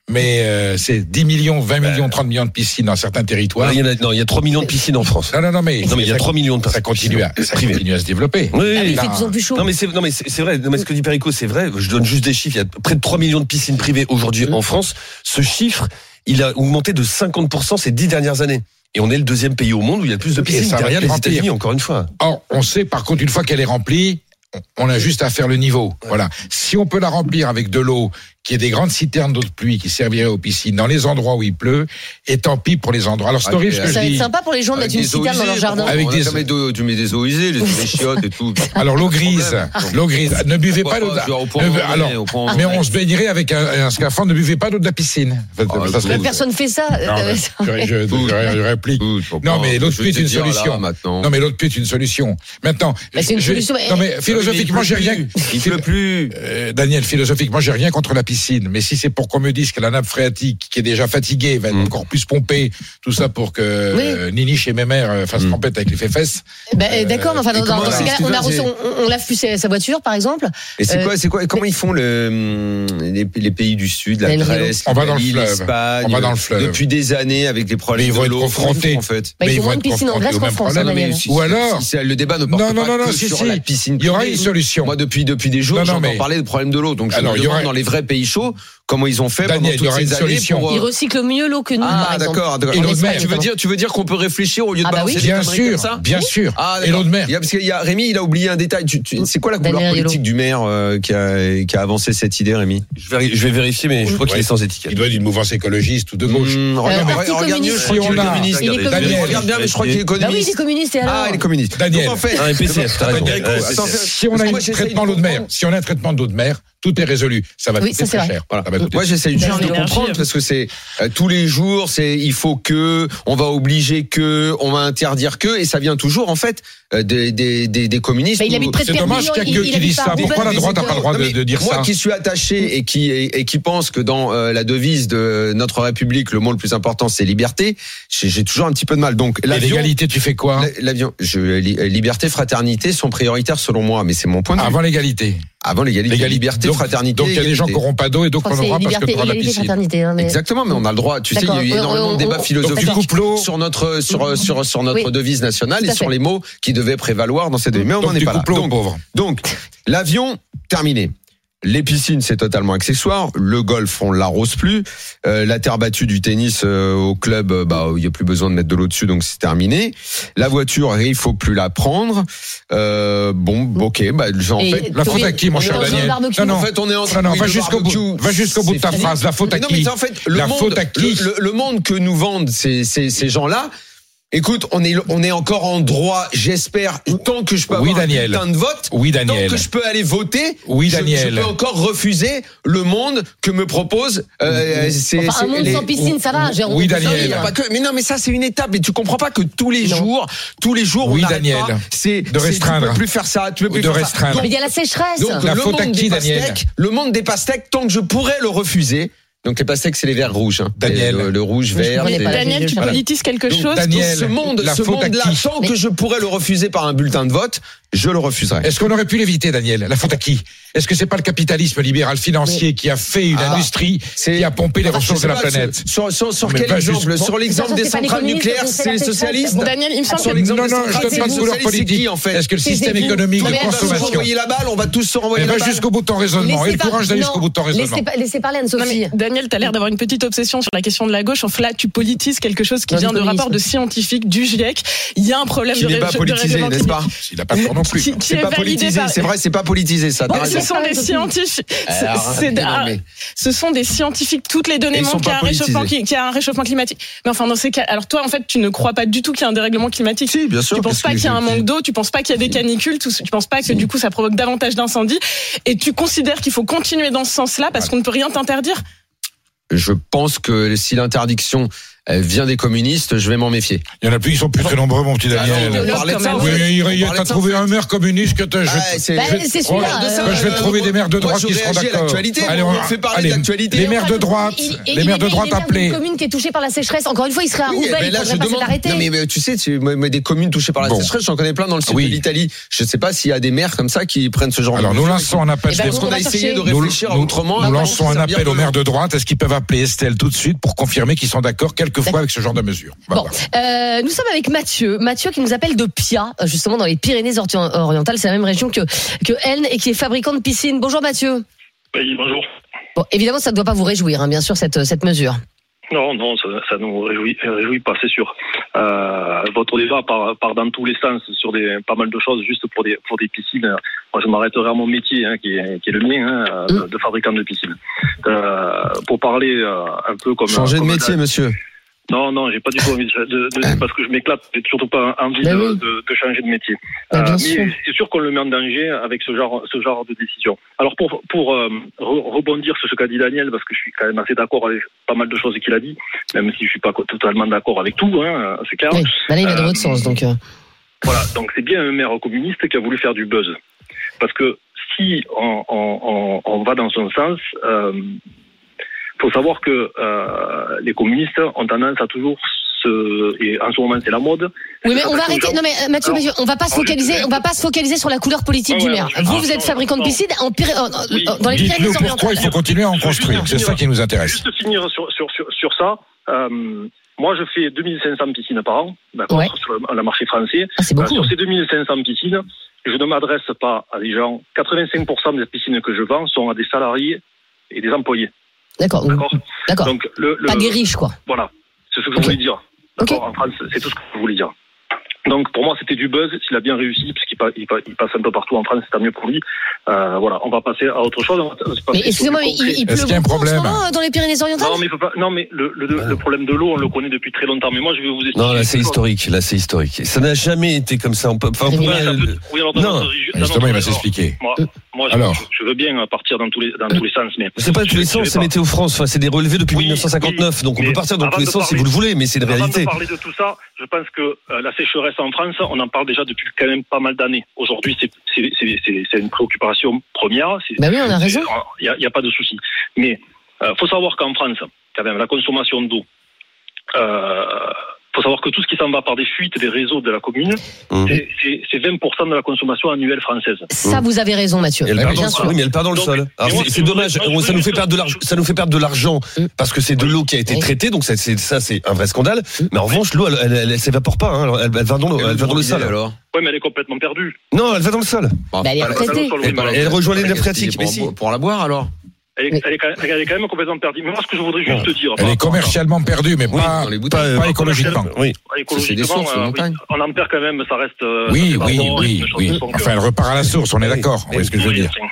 [SPEAKER 4] mais euh, c'est 10 millions, 20
[SPEAKER 2] Ben.
[SPEAKER 4] millions, 30 millions de piscines dans certains territoires.
[SPEAKER 2] Ah, Il y en a, non, il y a 3 millions de piscines en France.
[SPEAKER 4] Non, non, non, mais,
[SPEAKER 2] Non, mais il y a
[SPEAKER 4] ça-
[SPEAKER 2] 3 millions de
[SPEAKER 4] ça
[SPEAKER 2] personnes
[SPEAKER 4] continue à, ça
[SPEAKER 2] privées.
[SPEAKER 4] continue à se développer.
[SPEAKER 2] Oui, oui,
[SPEAKER 1] Ah, mais
[SPEAKER 2] oui.
[SPEAKER 1] il fait de plus en plus chaud.
[SPEAKER 2] Non mais c'est non mais c'est c'est vrai non mais ce que dit Perico c'est vrai je donne juste des chiffres il y a près de 3 millions de piscines privées aujourd'hui en France ce chiffre il a augmenté de 50 ces 10 dernières années et on est le deuxième pays au monde où il y a le plus de
[SPEAKER 4] Et
[SPEAKER 2] piscines
[SPEAKER 4] ça va
[SPEAKER 2] derrière les
[SPEAKER 4] grandir.
[SPEAKER 2] États-Unis encore une fois
[SPEAKER 4] Or, Oh, on sait par contre, une fois qu'elle est remplie, on- on a juste à faire le niveau. Voilà. Si on peut la remplir avec de l'eau qu'il y ait des grandes citernes d'eau de pluie qui serviraient aux piscines dans les endroits où il pleut, et tant pis pour les endroits. Alors, c'est
[SPEAKER 2] Ah,
[SPEAKER 4] horrible
[SPEAKER 2] mais
[SPEAKER 4] ce que
[SPEAKER 1] euh, Ça
[SPEAKER 2] avec
[SPEAKER 1] va
[SPEAKER 4] je
[SPEAKER 1] être
[SPEAKER 4] dis.
[SPEAKER 1] sympa pour les gens de mettre une citerne dans leur jardin.
[SPEAKER 4] Avec
[SPEAKER 2] Avec
[SPEAKER 4] des-
[SPEAKER 2] des... eaux usées, pourquoi on n'a jamais d'eau- Tu mets des eaux usées, les, les chiottes et tout.
[SPEAKER 4] Alors, l'eau grise,
[SPEAKER 2] Problème.
[SPEAKER 4] l'eau grise, ne buvez
[SPEAKER 2] Pourquoi
[SPEAKER 4] pas l'eau de
[SPEAKER 2] tu vas au point
[SPEAKER 4] ne-
[SPEAKER 2] où on est,
[SPEAKER 4] alors,
[SPEAKER 2] au point où
[SPEAKER 4] mais
[SPEAKER 2] est.
[SPEAKER 4] on se baignerait avec un, un scaphandre, ne buvez pas l'eau de la piscine.
[SPEAKER 2] Ah,
[SPEAKER 4] Ça serait-
[SPEAKER 2] tout.
[SPEAKER 1] Personne fait ça.
[SPEAKER 4] euh, Non, mais
[SPEAKER 1] Euh,
[SPEAKER 4] je, je- je- je réplique.
[SPEAKER 2] Tout, faut
[SPEAKER 4] Non,
[SPEAKER 2] pas-
[SPEAKER 4] mais l'eau de
[SPEAKER 2] je
[SPEAKER 4] pluie est
[SPEAKER 2] vais te
[SPEAKER 4] une
[SPEAKER 2] dire, là,
[SPEAKER 4] solution.
[SPEAKER 2] maintenant.
[SPEAKER 4] Non, mais l'eau de pluie est une solution. Maintenant,
[SPEAKER 1] Mais c'est une
[SPEAKER 4] je-
[SPEAKER 1] solution, mais-
[SPEAKER 4] Non, mais philosophiquement, j'ai rien.
[SPEAKER 2] Il pleut plus.
[SPEAKER 4] Euh, Daniel, philosophiquement, j'ai rien contre la piscine, mais si c'est pour qu'on me dise que la nappe phréatique, qui est déjà fatiguée, va être encore plus pompée, tout ça pour que
[SPEAKER 1] Oui.
[SPEAKER 4] euh, Nini chez mes mères euh, fasse trompette avec les fesses.
[SPEAKER 1] bah, euh, D'accord, mais enfin, dans,
[SPEAKER 2] et
[SPEAKER 1] dans
[SPEAKER 2] comment
[SPEAKER 1] ces
[SPEAKER 2] la-
[SPEAKER 1] cas-là, on, a reçu- on- on lave plus sa sa voiture, par exemple.
[SPEAKER 2] Et c'est
[SPEAKER 1] Euh,
[SPEAKER 2] quoi, c'est quoi, comment ils font le, hum, les, les pays du Sud, la
[SPEAKER 1] Mais le
[SPEAKER 2] Grèce,
[SPEAKER 4] On va dans le
[SPEAKER 2] l'Italie,
[SPEAKER 4] fleuve.
[SPEAKER 2] l'Espagne, euh,
[SPEAKER 4] On va dans le fleuve.
[SPEAKER 2] depuis des années avec les
[SPEAKER 4] Mais
[SPEAKER 2] problèmes
[SPEAKER 4] ils vont
[SPEAKER 2] de
[SPEAKER 4] être
[SPEAKER 2] l'eau,
[SPEAKER 4] confrontés.
[SPEAKER 2] en fait.
[SPEAKER 1] Bah,
[SPEAKER 4] Mais
[SPEAKER 1] ils
[SPEAKER 4] ils
[SPEAKER 1] ont
[SPEAKER 4] vont oh
[SPEAKER 1] une
[SPEAKER 4] être
[SPEAKER 1] piscine en
[SPEAKER 4] confrontés
[SPEAKER 1] Grèce
[SPEAKER 4] au
[SPEAKER 1] qu'en
[SPEAKER 4] même
[SPEAKER 1] France, hein,
[SPEAKER 4] problème.
[SPEAKER 1] Daniel.
[SPEAKER 2] si-
[SPEAKER 4] Ou
[SPEAKER 2] si-
[SPEAKER 4] alors-
[SPEAKER 2] si- si- le débat ne porte
[SPEAKER 4] Non, non,
[SPEAKER 2] pas
[SPEAKER 4] non,
[SPEAKER 2] que
[SPEAKER 4] non, si,
[SPEAKER 2] sur
[SPEAKER 4] si.
[SPEAKER 2] la piscine.
[SPEAKER 4] Il y aura
[SPEAKER 2] privée.
[SPEAKER 4] une solution.
[SPEAKER 2] Moi, depuis depuis des jours,
[SPEAKER 4] Non, non,
[SPEAKER 2] j'entends
[SPEAKER 4] mais-
[SPEAKER 2] parler de problèmes de l'eau. Donc, je
[SPEAKER 4] Alors,
[SPEAKER 2] me
[SPEAKER 4] il y
[SPEAKER 2] demande
[SPEAKER 4] aura-
[SPEAKER 2] dans les vrais pays chauds comment ils ont fait
[SPEAKER 4] Daniel, il y
[SPEAKER 2] pendant toutes
[SPEAKER 4] aura
[SPEAKER 2] ces
[SPEAKER 4] une
[SPEAKER 2] années
[SPEAKER 4] solution.
[SPEAKER 2] pour.
[SPEAKER 1] Ils
[SPEAKER 2] euh,
[SPEAKER 1] recyclent mieux l'eau que nous, par
[SPEAKER 2] Ah,
[SPEAKER 1] exemple.
[SPEAKER 2] d'accord, d'accord.
[SPEAKER 4] Et
[SPEAKER 1] En
[SPEAKER 4] l'eau de
[SPEAKER 1] Espagne,
[SPEAKER 4] mer.
[SPEAKER 2] Tu veux dire, tu veux dire qu'on peut réfléchir au lieu de
[SPEAKER 1] Ah, bah
[SPEAKER 2] balancer
[SPEAKER 1] oui.
[SPEAKER 2] des
[SPEAKER 4] Bien
[SPEAKER 2] conneries
[SPEAKER 4] sûr,
[SPEAKER 2] comme ça
[SPEAKER 4] bien sûr.
[SPEAKER 2] Ah,
[SPEAKER 4] et l'eau de mer.
[SPEAKER 2] Il y a- parce qu'il y a Rémi, il a oublié un détail. Tu- tu- c'est quoi la couleur
[SPEAKER 1] Daniel Riolo.
[SPEAKER 2] politique du maire euh, qui, a, qui a avancé cette idée, Rémi
[SPEAKER 5] Je vais, je vais vérifier, mais je crois qu'il
[SPEAKER 4] Ouais.
[SPEAKER 5] est sans étiquette.
[SPEAKER 4] Il doit être une mouvance écologiste ou de gauche.
[SPEAKER 2] Mmh,
[SPEAKER 1] Euh,
[SPEAKER 2] regarde,
[SPEAKER 1] Parti
[SPEAKER 2] regarde mieux,
[SPEAKER 1] communiste.
[SPEAKER 2] je crois
[SPEAKER 4] Si
[SPEAKER 2] qu'il
[SPEAKER 4] on
[SPEAKER 2] est
[SPEAKER 4] a-
[SPEAKER 2] communiste.
[SPEAKER 1] Il est
[SPEAKER 2] Regardez,
[SPEAKER 1] communiste.
[SPEAKER 2] Regarde bien, mais je crois qu'il est
[SPEAKER 1] Bah oui, il
[SPEAKER 2] communiste.
[SPEAKER 1] est communiste, et alors
[SPEAKER 2] Ah, il est communiste.
[SPEAKER 4] Daniel.
[SPEAKER 2] Donc, en fait,
[SPEAKER 5] Un PCF, t'as
[SPEAKER 2] Attends,
[SPEAKER 5] raison.
[SPEAKER 2] Gréco,
[SPEAKER 5] Ouais, c'est-
[SPEAKER 2] attends,
[SPEAKER 5] c'est-
[SPEAKER 4] Si on
[SPEAKER 2] parce
[SPEAKER 4] a
[SPEAKER 2] que
[SPEAKER 4] un
[SPEAKER 2] moi, j'essaye
[SPEAKER 4] traitement
[SPEAKER 2] de
[SPEAKER 4] d'eau de mer,
[SPEAKER 2] comprendre.
[SPEAKER 4] si on a un traitement d'eau de mer, tout est résolu. Ça va
[SPEAKER 1] Oui, ça,
[SPEAKER 4] coûter
[SPEAKER 1] c'est
[SPEAKER 4] très
[SPEAKER 1] vrai.
[SPEAKER 4] cher. Voilà. Ça va coûter
[SPEAKER 2] Moi, j'essaye juste de
[SPEAKER 3] L'énergie,
[SPEAKER 2] comprendre
[SPEAKER 3] hein.
[SPEAKER 2] parce que c'est euh, tous les jours, c'est il faut que, on va obliger que, on va interdire que, et ça vient toujours en fait euh, des, des, des, des communistes.
[SPEAKER 1] Mais Bah, il
[SPEAKER 2] ou-
[SPEAKER 1] habite près de
[SPEAKER 4] C'est dommage
[SPEAKER 1] Perpignan.
[SPEAKER 4] qu'il y a
[SPEAKER 1] il-
[SPEAKER 4] que
[SPEAKER 1] il
[SPEAKER 4] qui
[SPEAKER 1] habite
[SPEAKER 4] disent
[SPEAKER 1] pas
[SPEAKER 4] ça.
[SPEAKER 1] à
[SPEAKER 4] Ah, Pourquoi on a le droit, t'as pas le droit de, de dire
[SPEAKER 2] moi
[SPEAKER 4] ça
[SPEAKER 2] qui suis attaché et qui et, qui pense que dans euh, la devise de notre République, le mot le plus important c'est liberté, j'ai j'ai toujours un petit peu de mal. Donc
[SPEAKER 4] Et
[SPEAKER 2] l'avion,
[SPEAKER 4] l'égalité, hein. tu fais quoi
[SPEAKER 2] la- l'avion, je, li- liberté, fraternité sont prioritaires selon moi, mais c'est mon point de vue.
[SPEAKER 4] Avant l'égalité.
[SPEAKER 2] Avant l'égalité, liberté,
[SPEAKER 4] donc,
[SPEAKER 2] fraternité.
[SPEAKER 4] Donc il y a des gens qui
[SPEAKER 2] égalité.
[SPEAKER 4] n'auront pas d'eau et
[SPEAKER 1] Je
[SPEAKER 4] d'autres
[SPEAKER 1] crois
[SPEAKER 4] qui
[SPEAKER 1] que
[SPEAKER 4] en
[SPEAKER 1] c'est
[SPEAKER 4] auront parce que
[SPEAKER 1] liberté,
[SPEAKER 4] pour la
[SPEAKER 1] égalité,
[SPEAKER 4] piscine.
[SPEAKER 1] fraternité. hein, mais-
[SPEAKER 2] Exactement, mais on a le droit. Tu sais, il y a
[SPEAKER 1] D'accord.
[SPEAKER 2] eu
[SPEAKER 1] Euh,
[SPEAKER 2] énormément de
[SPEAKER 1] On- on-
[SPEAKER 2] débats
[SPEAKER 1] on-
[SPEAKER 4] Donc tu
[SPEAKER 2] philosophiques
[SPEAKER 4] coupes l'eau,
[SPEAKER 2] sur notre sur sur sur notre
[SPEAKER 1] Oui.
[SPEAKER 2] devise nationale
[SPEAKER 1] Tout à
[SPEAKER 2] et sur
[SPEAKER 1] fait.
[SPEAKER 2] les mots qui devaient prévaloir dans cette devise. Mais on n'en
[SPEAKER 4] donc
[SPEAKER 2] est
[SPEAKER 4] tu
[SPEAKER 2] pas là.
[SPEAKER 4] coupes l'eau aux
[SPEAKER 2] Donc,
[SPEAKER 4] pauvres.
[SPEAKER 2] donc, l'avion terminé. Les piscines, c'est totalement accessoire. Le golf, on l'arrose plus. Euh, la terre battue du tennis euh, au club, euh, bah il y a plus besoin de mettre de l'eau dessus, donc c'est terminé. La voiture, il faut plus la prendre. Euh, bon, ok, bah en
[SPEAKER 1] Et-
[SPEAKER 2] fait,
[SPEAKER 4] La faute à qui, mon
[SPEAKER 1] On est
[SPEAKER 4] cher
[SPEAKER 1] dans un
[SPEAKER 4] Daniel
[SPEAKER 1] barbecue.
[SPEAKER 4] Non, non.
[SPEAKER 2] en fait, on est en train
[SPEAKER 4] Non, non,
[SPEAKER 2] oui,
[SPEAKER 4] va
[SPEAKER 2] le
[SPEAKER 4] jusqu'au bout,
[SPEAKER 2] barbecue,
[SPEAKER 4] va jusqu'au bout de
[SPEAKER 2] c'est
[SPEAKER 4] ta
[SPEAKER 2] fini.
[SPEAKER 4] phrase. La faute à
[SPEAKER 2] Mais non, mais
[SPEAKER 4] qui
[SPEAKER 2] c'est en fait, le
[SPEAKER 4] La
[SPEAKER 2] monde,
[SPEAKER 4] faute à qui
[SPEAKER 2] le, le- le monde que nous vendent ces, ces, ces gens-là. Écoute, on est, on est encore en droit, j'espère, tant que je peux
[SPEAKER 4] Oui,
[SPEAKER 2] avoir
[SPEAKER 4] Daniel.
[SPEAKER 2] un bulletin de vote,
[SPEAKER 4] Oui, Daniel.
[SPEAKER 2] tant que je peux aller voter,
[SPEAKER 4] Oui,
[SPEAKER 2] je-
[SPEAKER 4] Daniel.
[SPEAKER 2] je, peux encore refuser le monde que me propose. Euh, c'est-
[SPEAKER 1] Enfin, un
[SPEAKER 2] c'est-
[SPEAKER 1] monde
[SPEAKER 2] les-
[SPEAKER 1] sans piscine, ça va. Jérôme.
[SPEAKER 4] Oui,
[SPEAKER 2] Non, mais, il y
[SPEAKER 4] Daniel.
[SPEAKER 2] a pas que- mais non, mais ça c'est une étape. Mais tu comprends pas que tous les
[SPEAKER 1] Non.
[SPEAKER 2] jours, tous les jours,
[SPEAKER 4] Oui,
[SPEAKER 2] on n'arrête
[SPEAKER 4] Daniel.
[SPEAKER 2] pas. C'est
[SPEAKER 4] De
[SPEAKER 2] c'est-
[SPEAKER 4] restreindre.
[SPEAKER 2] Tu peux plus faire ça. Tu peux plus
[SPEAKER 4] De
[SPEAKER 2] faire ça.
[SPEAKER 4] restreindre.
[SPEAKER 2] Donc,
[SPEAKER 1] Mais il y a la sécheresse.
[SPEAKER 2] donc
[SPEAKER 4] La
[SPEAKER 2] le
[SPEAKER 4] faute à
[SPEAKER 2] monde
[SPEAKER 4] qui,
[SPEAKER 2] des
[SPEAKER 4] Daniel
[SPEAKER 2] pastèques, le monde des pastèques, tant que je pourrais le refuser. Donc les pastèques, c'est les verts rouges. hein.
[SPEAKER 4] Daniel.
[SPEAKER 2] Et Le, le rouge,
[SPEAKER 1] Oui, je
[SPEAKER 2] vert.
[SPEAKER 1] connais
[SPEAKER 2] c'est-
[SPEAKER 1] pas la
[SPEAKER 3] Daniel, tu
[SPEAKER 1] Voilà.
[SPEAKER 3] politises quelque
[SPEAKER 4] Donc,
[SPEAKER 3] chose
[SPEAKER 2] Donc,
[SPEAKER 4] Daniel,
[SPEAKER 2] ce monde,
[SPEAKER 4] la
[SPEAKER 2] ce
[SPEAKER 4] faute à
[SPEAKER 2] monde-là,
[SPEAKER 4] qui
[SPEAKER 2] tant
[SPEAKER 1] Mais-
[SPEAKER 2] que je pourrais le refuser par un bulletin de vote, je le refuserai.
[SPEAKER 4] Est-ce qu'on aurait pu l'éviter, Daniel La faute à qui Est-ce que c'est pas le capitalisme libéral financier qui a fait une
[SPEAKER 2] Ah,
[SPEAKER 4] industrie
[SPEAKER 2] c'est- Ah,
[SPEAKER 4] qui a pompé les ressources de la planète
[SPEAKER 2] Sur, sur, sur
[SPEAKER 4] Non, mais
[SPEAKER 2] quel
[SPEAKER 4] va
[SPEAKER 2] exemple
[SPEAKER 4] jusqu'au-
[SPEAKER 2] Sur l'exemple
[SPEAKER 1] De toute façon,
[SPEAKER 2] des
[SPEAKER 1] c'est pas les
[SPEAKER 2] centrales
[SPEAKER 1] communistes,
[SPEAKER 2] nucléaires,
[SPEAKER 1] c'est
[SPEAKER 2] c'est
[SPEAKER 1] la
[SPEAKER 2] les
[SPEAKER 1] sécheresse.
[SPEAKER 2] socialistes
[SPEAKER 3] Daniel, il me semble
[SPEAKER 2] Sur
[SPEAKER 3] que
[SPEAKER 2] l'exemple
[SPEAKER 4] Non,
[SPEAKER 2] des
[SPEAKER 4] non, je
[SPEAKER 2] centrales
[SPEAKER 4] donne pas de
[SPEAKER 2] nucléaires,
[SPEAKER 4] couleur
[SPEAKER 2] c'est qui,
[SPEAKER 4] politique.
[SPEAKER 2] en fait
[SPEAKER 4] Est-ce que le
[SPEAKER 1] C'est
[SPEAKER 4] système
[SPEAKER 1] débile.
[SPEAKER 4] économique
[SPEAKER 2] Non,
[SPEAKER 4] de
[SPEAKER 2] mais on va tous
[SPEAKER 4] consommation
[SPEAKER 2] renvoyer la balle, on va tous se renvoyer la
[SPEAKER 4] Mais va
[SPEAKER 2] balle.
[SPEAKER 4] Eh ben, jusqu'au bout de ton raisonnement. Et
[SPEAKER 1] Laissez
[SPEAKER 4] le
[SPEAKER 1] par-
[SPEAKER 4] courage d'aller
[SPEAKER 1] non,
[SPEAKER 4] jusqu'au bout de ton raisonnement.
[SPEAKER 1] Laissez, pas- laissez parler
[SPEAKER 3] Non,
[SPEAKER 1] Anne-Sophie.
[SPEAKER 3] mais Daniel, t'as l'air d'avoir une petite obsession sur la question de la gauche. Enfin, là, tu politises quelque chose qui
[SPEAKER 1] Non,
[SPEAKER 3] vient
[SPEAKER 1] du
[SPEAKER 3] de
[SPEAKER 1] communisme.
[SPEAKER 3] rapport de scientifiques du GIEC. Il y a un problème
[SPEAKER 2] Qui
[SPEAKER 3] de
[SPEAKER 2] n'est pas
[SPEAKER 3] ré- de
[SPEAKER 2] politisé,
[SPEAKER 3] règlement
[SPEAKER 2] n'est-ce
[SPEAKER 3] climatique.
[SPEAKER 2] pas
[SPEAKER 4] Il n'a pas peur non plus.
[SPEAKER 3] Qui- qui
[SPEAKER 2] C'est
[SPEAKER 3] est
[SPEAKER 2] pas
[SPEAKER 3] validé
[SPEAKER 2] politisé,
[SPEAKER 3] par-
[SPEAKER 2] c'est vrai, c'est pas politisé ça. t'as
[SPEAKER 3] Ouais,
[SPEAKER 2] raison.
[SPEAKER 3] ce sont des scientifiques. c'est-
[SPEAKER 2] Alors,
[SPEAKER 3] c'est-
[SPEAKER 2] non,
[SPEAKER 3] ah,
[SPEAKER 2] mais-
[SPEAKER 3] Ce sont des scientifiques. Toutes les données
[SPEAKER 2] Ils sont
[SPEAKER 3] montrent qu'il y, a
[SPEAKER 2] pas
[SPEAKER 3] un réchauffement
[SPEAKER 2] politisés.
[SPEAKER 3] qui- qu'il y a un réchauffement climatique. Mais enfin, dans ces cas, alors toi, en fait, tu ne crois pas du tout qu'il y a un dérèglement climatique.
[SPEAKER 2] Si, bien sûr,
[SPEAKER 3] Tu
[SPEAKER 2] parce
[SPEAKER 3] penses pas
[SPEAKER 2] que
[SPEAKER 3] qu'il y a
[SPEAKER 2] je-
[SPEAKER 3] un manque d'eau. Tu penses pas qu'il y a des canicules. Tu, tu penses pas que du coup, ça provoque davantage d'incendies. Et tu considères qu'il faut continuer dans ce sens-là parce qu'on ne peut rien t'interdire.
[SPEAKER 2] Je pense que si l'interdiction euh, vient des communistes, je vais m'en méfier.
[SPEAKER 4] Il y en a plus, ils sont plus très nombreux, mon petit
[SPEAKER 2] Ah non,
[SPEAKER 4] Daniel.
[SPEAKER 2] on parlait de ça,
[SPEAKER 3] quand
[SPEAKER 2] en
[SPEAKER 3] même.
[SPEAKER 4] Oui,
[SPEAKER 2] fait.
[SPEAKER 4] il- il-
[SPEAKER 2] On parlait
[SPEAKER 4] t'as
[SPEAKER 2] de ça,
[SPEAKER 4] trouvé
[SPEAKER 2] en
[SPEAKER 4] un maire communiste que t'as.
[SPEAKER 2] fait.
[SPEAKER 4] je-
[SPEAKER 2] Ah, c'est-
[SPEAKER 1] Bah,
[SPEAKER 2] je-
[SPEAKER 1] c'est
[SPEAKER 4] Ouais,
[SPEAKER 1] celui-là.
[SPEAKER 2] de ça,
[SPEAKER 4] bah, je vais
[SPEAKER 2] euh,
[SPEAKER 4] te trouver des maires de droite
[SPEAKER 2] moi,
[SPEAKER 4] qui
[SPEAKER 2] je
[SPEAKER 4] seront
[SPEAKER 2] réagis à
[SPEAKER 4] d'accord.
[SPEAKER 2] l'actualité,
[SPEAKER 4] Allez,
[SPEAKER 2] on
[SPEAKER 4] on-
[SPEAKER 2] fait parler
[SPEAKER 4] allez,
[SPEAKER 2] d'actualité.
[SPEAKER 4] Les maires de droite,
[SPEAKER 1] Il- il-
[SPEAKER 4] les
[SPEAKER 1] il
[SPEAKER 4] maires
[SPEAKER 1] est-
[SPEAKER 4] de
[SPEAKER 1] il est
[SPEAKER 4] droite
[SPEAKER 1] maire d'une
[SPEAKER 4] appelés.
[SPEAKER 1] commune qui est touchée par la sécheresse. Encore une fois, il serait à
[SPEAKER 2] Oui,
[SPEAKER 1] Roubaix.
[SPEAKER 2] mais
[SPEAKER 1] Il
[SPEAKER 2] là, je
[SPEAKER 1] faudrait
[SPEAKER 2] demande.
[SPEAKER 1] pas s'arrêter.
[SPEAKER 2] Non, mais mais tu sais, tu- moi, moi, des communes touchées par la
[SPEAKER 4] Bon.
[SPEAKER 2] sécheresse, j'en connais plein dans le sud
[SPEAKER 4] Oui.
[SPEAKER 2] de l'Italie. Je sais pas s'il y a des maires comme ça qui prennent ce genre
[SPEAKER 4] Alors
[SPEAKER 2] de.
[SPEAKER 4] nous
[SPEAKER 2] mesures.
[SPEAKER 4] lançons un appel.
[SPEAKER 1] Eh ben,
[SPEAKER 4] des-
[SPEAKER 2] Parce qu'on
[SPEAKER 1] On va
[SPEAKER 2] a essayé de
[SPEAKER 1] chercher.
[SPEAKER 4] Nous-
[SPEAKER 2] réfléchir à
[SPEAKER 4] nous-
[SPEAKER 2] autrement.
[SPEAKER 4] Nous
[SPEAKER 2] à
[SPEAKER 4] lançons
[SPEAKER 2] comment
[SPEAKER 4] un
[SPEAKER 2] servir
[SPEAKER 4] appel aux
[SPEAKER 2] le-
[SPEAKER 4] maires de droite. Est-ce qu'ils peuvent appeler Estelle tout de suite pour confirmer qu'ils sont d'accord quelquefois avec ce genre de mesures
[SPEAKER 1] Bon,
[SPEAKER 4] Voilà.
[SPEAKER 1] euh, nous sommes avec Mathieu. Mathieu qui nous appelle de Pia, euh, justement dans les Pyrénées-Orientales. C'est la même région que, que Aisne et qui est fabricant de piscines. Bonjour Mathieu.
[SPEAKER 6] Oui, bonjour.
[SPEAKER 1] Bon, évidemment, ça ne doit pas vous réjouir, hein, bien sûr, cette, cette mesure.
[SPEAKER 6] Non, non, ça, ça nous réjouit, réjouit pas, c'est sûr. Euh, votre débat part, part dans tous les sens sur des, pas mal de choses, juste pour des, pour des piscines. Moi, je m'arrêterai à mon métier, hein, qui, est, qui est le mien, hein, de, de fabricant de piscine. Euh, pour parler euh, un peu comme...
[SPEAKER 2] Changer de
[SPEAKER 6] comme
[SPEAKER 2] métier, Euh.
[SPEAKER 6] la-
[SPEAKER 2] monsieur.
[SPEAKER 6] Non, non, j'ai pas du tout envie de, de- de- parce que je m'éclate. J'ai surtout pas envie
[SPEAKER 1] Ben
[SPEAKER 6] de,
[SPEAKER 1] oui.
[SPEAKER 6] de- de changer de métier.
[SPEAKER 1] Ben, bien
[SPEAKER 6] Ah, mais
[SPEAKER 1] sûr.
[SPEAKER 6] c'est sûr qu'on le met en danger avec ce genre, ce genre de décision. Alors pour pour euh, re- rebondir sur ce qu'a dit Daniel, parce que je suis quand même assez d'accord avec pas mal de choses qu'il a dit, même si je suis pas co- totalement d'accord avec tout, hein, c'est clair.
[SPEAKER 1] Oui. Bah là, il va dans
[SPEAKER 6] Euh,
[SPEAKER 1] votre sens, donc. euh,
[SPEAKER 6] Voilà, donc c'est bien un maire communiste qui a voulu faire du buzz. Parce que si on, on- on- on va dans son sens, euh, faut savoir que euh, les communistes ont tendance à toujours se... Et en ce moment, c'est la mode.
[SPEAKER 1] Oui, mais on va
[SPEAKER 6] Parce que
[SPEAKER 1] arrêter.
[SPEAKER 6] les gens-
[SPEAKER 1] Non, mais euh, Mathieu,
[SPEAKER 6] Alors,
[SPEAKER 1] Mathieu, on va pas se
[SPEAKER 6] alors, je
[SPEAKER 1] focaliser.
[SPEAKER 6] disais-
[SPEAKER 1] On va pas se focaliser sur la couleur politique
[SPEAKER 6] Ouais,
[SPEAKER 1] du
[SPEAKER 6] ouais,
[SPEAKER 1] maire.
[SPEAKER 6] je-
[SPEAKER 1] Vous,
[SPEAKER 6] ah,
[SPEAKER 1] vous êtes
[SPEAKER 6] non,
[SPEAKER 1] fabricant de
[SPEAKER 6] non.
[SPEAKER 1] piscine en Pyr- en- en-
[SPEAKER 6] Oui.
[SPEAKER 1] dans les
[SPEAKER 4] Dites-nous
[SPEAKER 1] Pyrénées-Orientales.
[SPEAKER 4] pourquoi il faut continuer à en construire. Ah, C'est ça qui nous intéresse.
[SPEAKER 6] Juste finir sur, sur, sur, sur ça. euh, moi, je fais 2500 piscines par an, d'accord,
[SPEAKER 1] Ouais.
[SPEAKER 6] sur le, le marché français.
[SPEAKER 1] Ah, c'est
[SPEAKER 6] Euh,
[SPEAKER 1] beaucoup.
[SPEAKER 6] sur ces 2500 piscines, je ne m'adresse pas à des gens. 85% des piscines que je vends sont à des salariés et des employés,
[SPEAKER 1] D'accord.
[SPEAKER 6] d'accord
[SPEAKER 1] Mmh, D'accord.
[SPEAKER 6] Donc, le, le-
[SPEAKER 1] Pas des riches, quoi.
[SPEAKER 6] Voilà, c'est ce que je
[SPEAKER 1] Ok.
[SPEAKER 6] voulais dire.
[SPEAKER 1] Ok.
[SPEAKER 6] D'accord, en France, c'est tout ce que je voulais dire. Donc pour moi, c'était du buzz. S'il a bien réussi, puisqu'il pa- il pa- il passe un peu partout en France, c'est tant mieux pour lui. Euh, voilà, on va passer à autre chose. On va t- se passer
[SPEAKER 1] Mais
[SPEAKER 6] sur
[SPEAKER 1] excusez-moi,
[SPEAKER 6] du
[SPEAKER 1] mais il,
[SPEAKER 6] concret.
[SPEAKER 1] il pleut
[SPEAKER 4] Est-ce qu'il y a un
[SPEAKER 1] beaucoup en ce
[SPEAKER 4] problème
[SPEAKER 1] moment euh, dans les Pyrénées-Orientales.
[SPEAKER 6] Non, mais, il faut pas... non, mais le, le- le problème de l'eau, on le connaît depuis très longtemps. Mais moi, je vais vous expliquer.
[SPEAKER 5] Non, là c'est historique, là c'est historique. Ça n'a jamais été comme ça. On peut, enfin, on peut
[SPEAKER 6] Oui,
[SPEAKER 5] pas-
[SPEAKER 6] ça peut- oui, alors, dans
[SPEAKER 5] Non.
[SPEAKER 6] notre région- dans
[SPEAKER 4] Justement,
[SPEAKER 6] notre
[SPEAKER 4] il va
[SPEAKER 6] région-
[SPEAKER 4] s'expliquer.
[SPEAKER 6] Moi, moi, je-
[SPEAKER 4] Alors.
[SPEAKER 6] je, je veux bien partir dans tous les, dans tous les sens, mais.
[SPEAKER 5] C'est pas tous les
[SPEAKER 6] je- je
[SPEAKER 5] sens,
[SPEAKER 6] vais
[SPEAKER 5] c'est
[SPEAKER 6] pas.
[SPEAKER 5] Météo France. Enfin, c'est des relevés depuis
[SPEAKER 6] Oui,
[SPEAKER 5] 1959, donc on
[SPEAKER 6] mais
[SPEAKER 5] peut partir dans
[SPEAKER 6] avant
[SPEAKER 5] tous les
[SPEAKER 6] de
[SPEAKER 5] sens si
[SPEAKER 6] parler-
[SPEAKER 5] vous le voulez, mais c'est une
[SPEAKER 6] Avant
[SPEAKER 5] réalité.
[SPEAKER 6] de parler de tout ça, je pense que euh, la sécheresse en France, on en parle déjà depuis quand même pas mal d'années. Aujourd'hui, c'est- c'est c'est- c'est- c'est une préoccupation première. c'est-
[SPEAKER 1] Bah oui, on a raison.
[SPEAKER 6] Il n'y a, il y a pas de souci. Mais euh, faut savoir qu'en France, quand même, la consommation d'eau, euh, faut savoir que tout ce qui s'en va par des fuites des réseaux de la commune,
[SPEAKER 5] Mmh.
[SPEAKER 6] c'est- c'est c'est 20% de la consommation annuelle française.
[SPEAKER 4] Mmh.
[SPEAKER 1] Ça, vous avez raison, Mathieu.
[SPEAKER 5] Et elle
[SPEAKER 4] Ah,
[SPEAKER 5] perd
[SPEAKER 4] oui,
[SPEAKER 5] dans
[SPEAKER 1] Bien
[SPEAKER 5] le
[SPEAKER 1] sûr.
[SPEAKER 5] sol. Oui, mais elle perd dans le
[SPEAKER 6] Donc,
[SPEAKER 5] sol. Alors,
[SPEAKER 6] mais moi,
[SPEAKER 5] c'est-
[SPEAKER 6] je
[SPEAKER 5] c'est
[SPEAKER 6] voulais-
[SPEAKER 5] dommage.
[SPEAKER 6] moi, je
[SPEAKER 5] On- ça nous
[SPEAKER 6] voulais
[SPEAKER 5] fait
[SPEAKER 6] juste-
[SPEAKER 5] perdre de l'argent. Ça nous fait perdre de l'argent
[SPEAKER 1] Mm.
[SPEAKER 5] parce que c'est de l'eau qui a été
[SPEAKER 1] Oui.
[SPEAKER 5] traitée, donc ça, c'est, ça, c'est un vrai scandale. Mais en revanche, l'eau, elle, elle, elle, s'évapore pas. hein. Alors, Elle, elle va dans, l'eau- elle va dans le sol.
[SPEAKER 2] alors.
[SPEAKER 6] Oui, mais elle est complètement perdue.
[SPEAKER 5] Non, elle va dans le sol.
[SPEAKER 2] Bah,
[SPEAKER 1] Bah, elle est
[SPEAKER 2] pas la-
[SPEAKER 1] retraitée.
[SPEAKER 6] Elle est dans le sol, oui,
[SPEAKER 2] pas la-
[SPEAKER 5] Ah.
[SPEAKER 6] mais
[SPEAKER 5] Eh ben, Elle rejoint les nappes
[SPEAKER 2] gaspiller
[SPEAKER 5] phréatiques, mais si.
[SPEAKER 2] Pour, pour la boire alors
[SPEAKER 6] Elle
[SPEAKER 1] Oui.
[SPEAKER 6] est, elle est quand même, elle est quand même complètement perdue. Mais moi, ce que je voudrais
[SPEAKER 5] Non.
[SPEAKER 6] juste te dire,
[SPEAKER 4] Elle
[SPEAKER 6] par
[SPEAKER 4] est
[SPEAKER 6] rapport à-
[SPEAKER 4] commercialement perdue, mais pas,
[SPEAKER 2] Dans les bouteilles.
[SPEAKER 5] Pas, euh,
[SPEAKER 4] pas écologiquement.
[SPEAKER 5] Oui.
[SPEAKER 2] C'est des
[SPEAKER 6] écologiquement,
[SPEAKER 2] sources, les
[SPEAKER 6] euh,
[SPEAKER 2] montagnes.
[SPEAKER 6] oui, on en perd quand même, ça reste. euh,
[SPEAKER 4] Oui,
[SPEAKER 6] ça reste
[SPEAKER 4] oui,
[SPEAKER 6] bon,
[SPEAKER 4] oui,
[SPEAKER 6] les choses
[SPEAKER 4] oui.
[SPEAKER 6] sont que-
[SPEAKER 4] Enfin, elle repart à la source, on est d'accord. Vous voyez ce que je veux
[SPEAKER 6] Oui,
[SPEAKER 4] dire
[SPEAKER 6] enfin,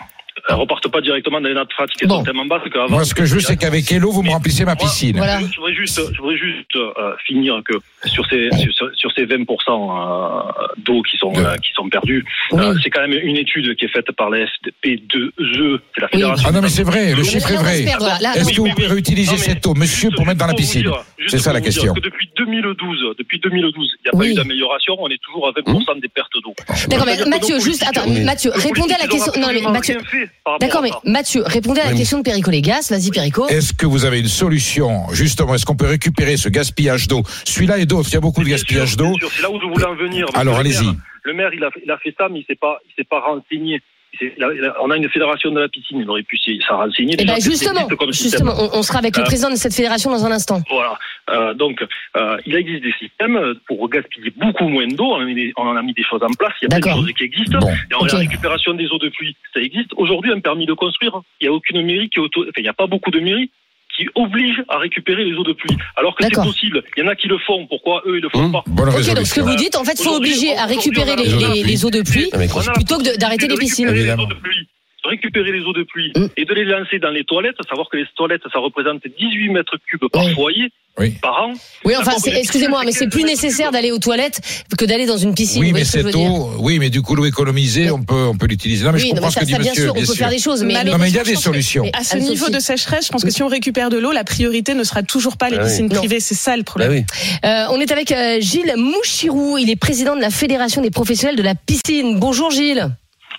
[SPEAKER 6] Elles repartent pas directement dans les nappes phréatiques, elles
[SPEAKER 1] Bon.
[SPEAKER 6] sont tellement basses qu'avant-
[SPEAKER 4] Moi, ce que je veux, c'est qu'avec Hello, vous me remplissez ma
[SPEAKER 6] Moi,
[SPEAKER 4] piscine.
[SPEAKER 1] Voilà.
[SPEAKER 6] Je voudrais juste, je voudrais juste euh, finir que sur ces sur, sur ces 20 euh, d'eau qui sont
[SPEAKER 4] Ouais.
[SPEAKER 6] euh, qui sont perdus,
[SPEAKER 1] Oui.
[SPEAKER 6] c'est quand même une étude qui est faite par la FP2E, E, c'est la fédération.
[SPEAKER 4] Ah non, mais c'est vrai, le
[SPEAKER 6] Oui.
[SPEAKER 4] chiffre
[SPEAKER 1] Là,
[SPEAKER 4] est
[SPEAKER 1] on va se
[SPEAKER 4] vrai.
[SPEAKER 1] perdre, là. Là,
[SPEAKER 4] Est-ce
[SPEAKER 1] non.
[SPEAKER 4] que vous pouvez réutiliser
[SPEAKER 6] Non, mais
[SPEAKER 4] cette eau, monsieur,
[SPEAKER 6] Juste-
[SPEAKER 4] pour mettre dans la
[SPEAKER 6] juste
[SPEAKER 4] piscine
[SPEAKER 6] pour vous dire- juste
[SPEAKER 4] C'est ça,
[SPEAKER 6] pour
[SPEAKER 4] la
[SPEAKER 6] vous dire
[SPEAKER 4] question.
[SPEAKER 6] que depuis 2012, depuis 2012, il n'y a pas
[SPEAKER 1] Oui.
[SPEAKER 6] eu d'amélioration. On est toujours à
[SPEAKER 4] Mmh.
[SPEAKER 6] 20% des pertes d'eau.
[SPEAKER 1] D'accord, mais
[SPEAKER 6] C'est-à-dire que
[SPEAKER 1] Mathieu,
[SPEAKER 6] nos
[SPEAKER 1] juste,
[SPEAKER 6] politiques-
[SPEAKER 1] attends, Mathieu,
[SPEAKER 6] nos
[SPEAKER 1] répondez à la
[SPEAKER 6] politiques,
[SPEAKER 1] question.
[SPEAKER 6] ils ont
[SPEAKER 1] Non, mais
[SPEAKER 6] absolument
[SPEAKER 1] Mathieu.
[SPEAKER 6] rien fait par rapport
[SPEAKER 1] D'accord,
[SPEAKER 6] à
[SPEAKER 1] mais
[SPEAKER 6] ça.
[SPEAKER 1] Mathieu, répondez à la
[SPEAKER 5] Oui.
[SPEAKER 1] question de Perico Légas. Vas-y, Perico.
[SPEAKER 4] Est-ce que vous avez une solution Justement, est-ce qu'on peut récupérer ce gaspillage d'eau Celui-là et d'autres, il y a beaucoup de
[SPEAKER 6] Bien
[SPEAKER 4] gaspillage
[SPEAKER 6] sûr,
[SPEAKER 4] d'eau.
[SPEAKER 6] bien sûr, C'est là où je voulais en venir. parce
[SPEAKER 4] Alors,
[SPEAKER 6] que le
[SPEAKER 4] allez-y.
[SPEAKER 6] maire- Le maire, il a, il a fait ça, mais il s'est pas, il s'est pas renseigné. Il s'est- il a- il a- on a une fédération de la piscine, il aurait pu s'y- s'en renseigner.
[SPEAKER 1] Eh
[SPEAKER 6] Déjà,
[SPEAKER 1] ben,
[SPEAKER 6] c'est- c'est
[SPEAKER 1] justement,
[SPEAKER 6] triste comme système.
[SPEAKER 1] justement, on, on sera avec le
[SPEAKER 6] Euh,
[SPEAKER 1] président de cette fédération dans un instant.
[SPEAKER 6] Voilà. Euh, donc, euh, il existe des systèmes pour gaspiller beaucoup moins d'eau. On, a mis des- on en a mis des choses en place. Il y a plein de
[SPEAKER 1] D'accord.
[SPEAKER 6] choses qui existent.
[SPEAKER 4] Bon.
[SPEAKER 6] Et en
[SPEAKER 1] Ok.
[SPEAKER 6] la récupération des eaux de pluie, ça existe. Aujourd'hui, un permis de construire, il n'y a aucune mairie qui auto... enfin, il n'y a pas beaucoup de mairies qui obligent à récupérer les eaux de pluie. Alors que c'est
[SPEAKER 1] D'accord.
[SPEAKER 6] possible. Il y en a qui le font. Pourquoi eux, ils le font
[SPEAKER 5] Mmh.
[SPEAKER 6] pas
[SPEAKER 4] Bonne
[SPEAKER 1] Ok, donc ce que
[SPEAKER 4] résolution.
[SPEAKER 1] vous dites, en fait, faut
[SPEAKER 6] Aujourd'hui,
[SPEAKER 1] obliger à
[SPEAKER 6] aujourd'hui,
[SPEAKER 1] récupérer
[SPEAKER 6] on a
[SPEAKER 1] les,
[SPEAKER 4] les eaux de
[SPEAKER 1] les-
[SPEAKER 4] pluie.
[SPEAKER 1] les eaux de pluie
[SPEAKER 5] Ah, mais quoi.
[SPEAKER 6] On a la
[SPEAKER 1] plutôt que de- d'arrêter
[SPEAKER 6] possibilité
[SPEAKER 1] les
[SPEAKER 6] de
[SPEAKER 1] piscines.
[SPEAKER 6] récupérer les
[SPEAKER 4] Évidemment.
[SPEAKER 6] eaux de pluie, de récupérer les eaux de pluie
[SPEAKER 1] Mm.
[SPEAKER 6] et de les lancer dans les toilettes, à savoir que les toilettes, ça représente 18 mètres cubes par
[SPEAKER 1] Oui.
[SPEAKER 6] foyer,
[SPEAKER 4] Oui.
[SPEAKER 6] par an.
[SPEAKER 1] Oui, enfin,
[SPEAKER 6] D'accord,
[SPEAKER 1] c'est-
[SPEAKER 6] mais-
[SPEAKER 1] excusez-moi, mais c'est plus nécessaire d'aller aux toilettes que d'aller dans une piscine.
[SPEAKER 4] Oui,
[SPEAKER 1] vous
[SPEAKER 4] mais
[SPEAKER 1] voyez ce que je veux
[SPEAKER 4] cette
[SPEAKER 1] dire
[SPEAKER 4] eau, oui, mais du coup, l'eau économisée, on peut, on peut l'utiliser. Non, mais
[SPEAKER 1] oui,
[SPEAKER 4] je
[SPEAKER 1] non,
[SPEAKER 4] comprends
[SPEAKER 1] mais
[SPEAKER 4] ce
[SPEAKER 1] ça,
[SPEAKER 4] que dit
[SPEAKER 1] ça, bien
[SPEAKER 4] monsieur.
[SPEAKER 1] sûr, on peut faire des choses, mais
[SPEAKER 4] Non, mais il y a
[SPEAKER 3] Je pense
[SPEAKER 4] des
[SPEAKER 3] que-
[SPEAKER 4] solutions.
[SPEAKER 3] À ce niveau
[SPEAKER 1] Anne-Sophie.
[SPEAKER 3] de sécheresse, je pense que si on récupère de l'eau, la priorité ne sera toujours pas les
[SPEAKER 5] Ah oui.
[SPEAKER 3] piscines
[SPEAKER 1] Non.
[SPEAKER 3] privées. C'est ça le problème.
[SPEAKER 5] Bah oui.
[SPEAKER 1] Euh, on est avec euh, Gilles Mouchirou, il est président de la Fédération des professionnels de la piscine. Bonjour Gilles.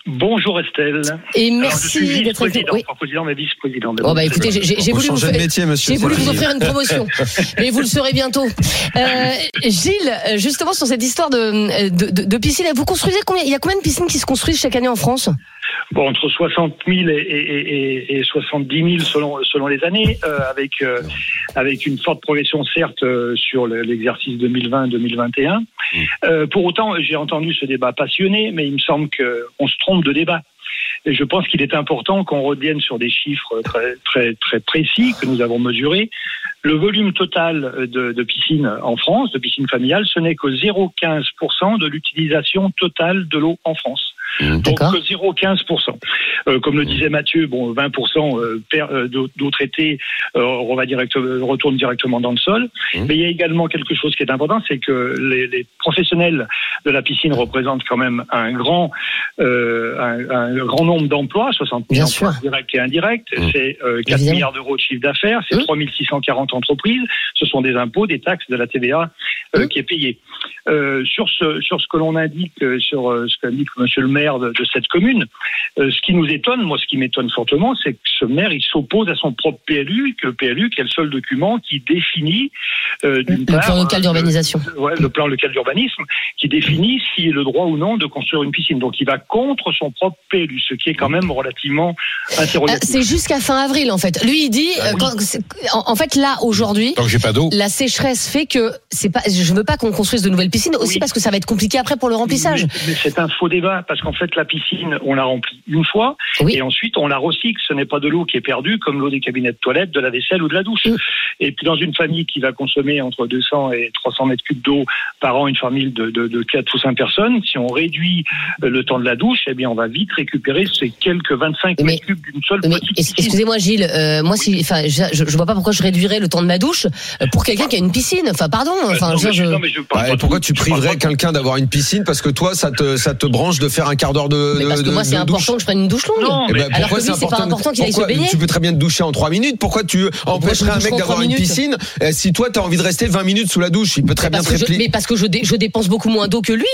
[SPEAKER 7] Bonjour Estelle.
[SPEAKER 1] Et
[SPEAKER 7] Alors, je suis
[SPEAKER 1] merci d'être avec nous.
[SPEAKER 7] vice-président,
[SPEAKER 1] Oui.
[SPEAKER 7] pas président, mais vice-président.
[SPEAKER 1] Oh bah écoutez, j'ai- j'ai j'ai
[SPEAKER 2] Faut
[SPEAKER 1] voulu vous
[SPEAKER 2] changer
[SPEAKER 1] faire,
[SPEAKER 2] de métier, monsieur.
[SPEAKER 1] j'ai voulu
[SPEAKER 2] c'est
[SPEAKER 1] vous
[SPEAKER 2] fini.
[SPEAKER 1] offrir une promotion, mais vous le saurez bientôt. Euh, Gilles, euh, justement sur cette histoire de, de, de, de piscine, vous construisez combien Il y a combien de piscines qui se construisent chaque année en France
[SPEAKER 7] Bon, entre 60 000 et, et- et- et 70 000 selon, selon les années, euh, avec, euh, avec une forte progression certes euh, sur le- l'exercice 2020-2021. Euh, pour autant, j'ai entendu ce débat passionné, mais il me semble qu'on se trompe de débat. Et je pense qu'il est important qu'on revienne sur des chiffres très, très, très précis que nous avons mesurés. Le volume total de, de piscines en France, de piscines familiales, ce n'est que 0,15% de l'utilisation totale de l'eau en France. Donc
[SPEAKER 1] D'accord. Mmh.
[SPEAKER 7] euh, 0,15%. Euh, comme le disait Mathieu, bon 20% euh, per- euh, d'eau d'eau traitée euh, on va direct, retourne directement dans le sol.
[SPEAKER 1] Mmh.
[SPEAKER 2] Mhm.
[SPEAKER 7] Mais il y a également quelque chose qui est important, c'est que les, les professionnels de la piscine
[SPEAKER 1] Mmh.
[SPEAKER 7] représentent quand même un grand, euh, un, un grand nombre d'emplois, 60 000
[SPEAKER 1] Bien
[SPEAKER 7] emplois
[SPEAKER 1] sûr. Mmh.
[SPEAKER 7] directs et indirects.
[SPEAKER 2] Mhm.
[SPEAKER 7] C'est euh, 4
[SPEAKER 1] Évidemment.
[SPEAKER 7] milliards d'euros de chiffre d'affaires, c'est
[SPEAKER 1] Mhm.
[SPEAKER 7] 3640 entreprises. Ce sont des impôts, des taxes, de la TVA euh,
[SPEAKER 1] Mhm.
[SPEAKER 7] qui est payée. Euh, sur ce sur ce que l'on indique, euh, sur euh, ce qu'indique Monsieur le maire de, de cette commune, euh, ce qui nous étonne, moi ce qui m'étonne fortement, c'est que ce maire il s'oppose à son propre PLU, que le PLU qui est le seul document qui définit euh, d'une
[SPEAKER 1] Le
[SPEAKER 7] part
[SPEAKER 1] plan local
[SPEAKER 7] euh,
[SPEAKER 1] d'urbanisme.
[SPEAKER 7] le- ouais, le plan local d'urbanisme qui définit s'il est le droit ou non de construire une piscine. Donc il va contre son propre PLU, ce qui est quand même relativement
[SPEAKER 1] Ah,
[SPEAKER 7] interrogatif.
[SPEAKER 1] C'est jusqu'à fin avril en fait. Lui il dit,
[SPEAKER 4] Ah
[SPEAKER 1] euh,
[SPEAKER 4] oui.
[SPEAKER 1] quand- c'est- en, en fait là aujourd'hui,
[SPEAKER 4] Tant que j'ai pas d'eau.
[SPEAKER 1] la sécheresse fait que c'est pas, je veux pas qu'on construise de nouvelles piscines aussi
[SPEAKER 7] Oui.
[SPEAKER 1] parce que ça va être compliqué après pour le remplissage.
[SPEAKER 7] Mais, mais c'est un faux débat parce qu'en fait la piscine, on la remplit une fois
[SPEAKER 1] Oui.
[SPEAKER 7] et ensuite on la recycle. Ce n'est pas de l'eau qui est perdue comme l'eau des cabinets de toilette, de la vaisselle ou de la douche.
[SPEAKER 1] Mm.
[SPEAKER 7] Et puis dans une famille qui va consommer entre 200 et 300 mètres cubes d'eau par an, une famille de, de, de 4 ou 5 personnes, si on réduit euh, le temps de la douche, eh bien on va vite récupérer ces quelques 25
[SPEAKER 1] Mais-
[SPEAKER 7] mètres cubes d'une seule
[SPEAKER 1] Mais
[SPEAKER 7] petite
[SPEAKER 1] es-
[SPEAKER 7] piscine.
[SPEAKER 1] excusez-moi Gilles, euh, moi si, enfin, je, je vois pas pourquoi je réduirais le temps de ma douche euh, pour quelqu'un qui a une piscine. Enfin pardon, enfin
[SPEAKER 7] Euh, Non,
[SPEAKER 1] je-
[SPEAKER 7] mais je-
[SPEAKER 1] je-
[SPEAKER 7] non, mais je parle
[SPEAKER 2] Ouais,
[SPEAKER 7] pas
[SPEAKER 2] et
[SPEAKER 7] de-
[SPEAKER 2] pourquoi tu
[SPEAKER 7] je parle pas
[SPEAKER 2] priverais
[SPEAKER 7] de-
[SPEAKER 2] quelqu'un d'avoir une piscine parce que toi ça te ça te branche de faire un quart d'heure de,
[SPEAKER 1] mais parce
[SPEAKER 2] de-
[SPEAKER 1] que moi
[SPEAKER 2] de
[SPEAKER 1] c'est important
[SPEAKER 2] douche
[SPEAKER 1] que je prenne une douche longue.
[SPEAKER 7] Non,
[SPEAKER 2] Eh
[SPEAKER 7] mais
[SPEAKER 2] ben,
[SPEAKER 1] alors que lui, c'est pas important qu'il aille se
[SPEAKER 2] pourquoi-
[SPEAKER 1] baigner.
[SPEAKER 2] Tu peux très bien te doucher en 3 minutes. Pourquoi tu
[SPEAKER 1] tu
[SPEAKER 2] empêcherais
[SPEAKER 1] me
[SPEAKER 2] un
[SPEAKER 1] douches
[SPEAKER 2] mec
[SPEAKER 1] en
[SPEAKER 2] d'avoir
[SPEAKER 1] trois
[SPEAKER 2] une
[SPEAKER 1] minutes
[SPEAKER 2] piscine euh, si toi t'as envie de rester 20 minutes sous la douche Il peut très bien
[SPEAKER 1] Parce
[SPEAKER 2] te
[SPEAKER 1] que je-
[SPEAKER 2] répliquer.
[SPEAKER 1] mais parce que je, dé- je dépense beaucoup moins d'eau que lui.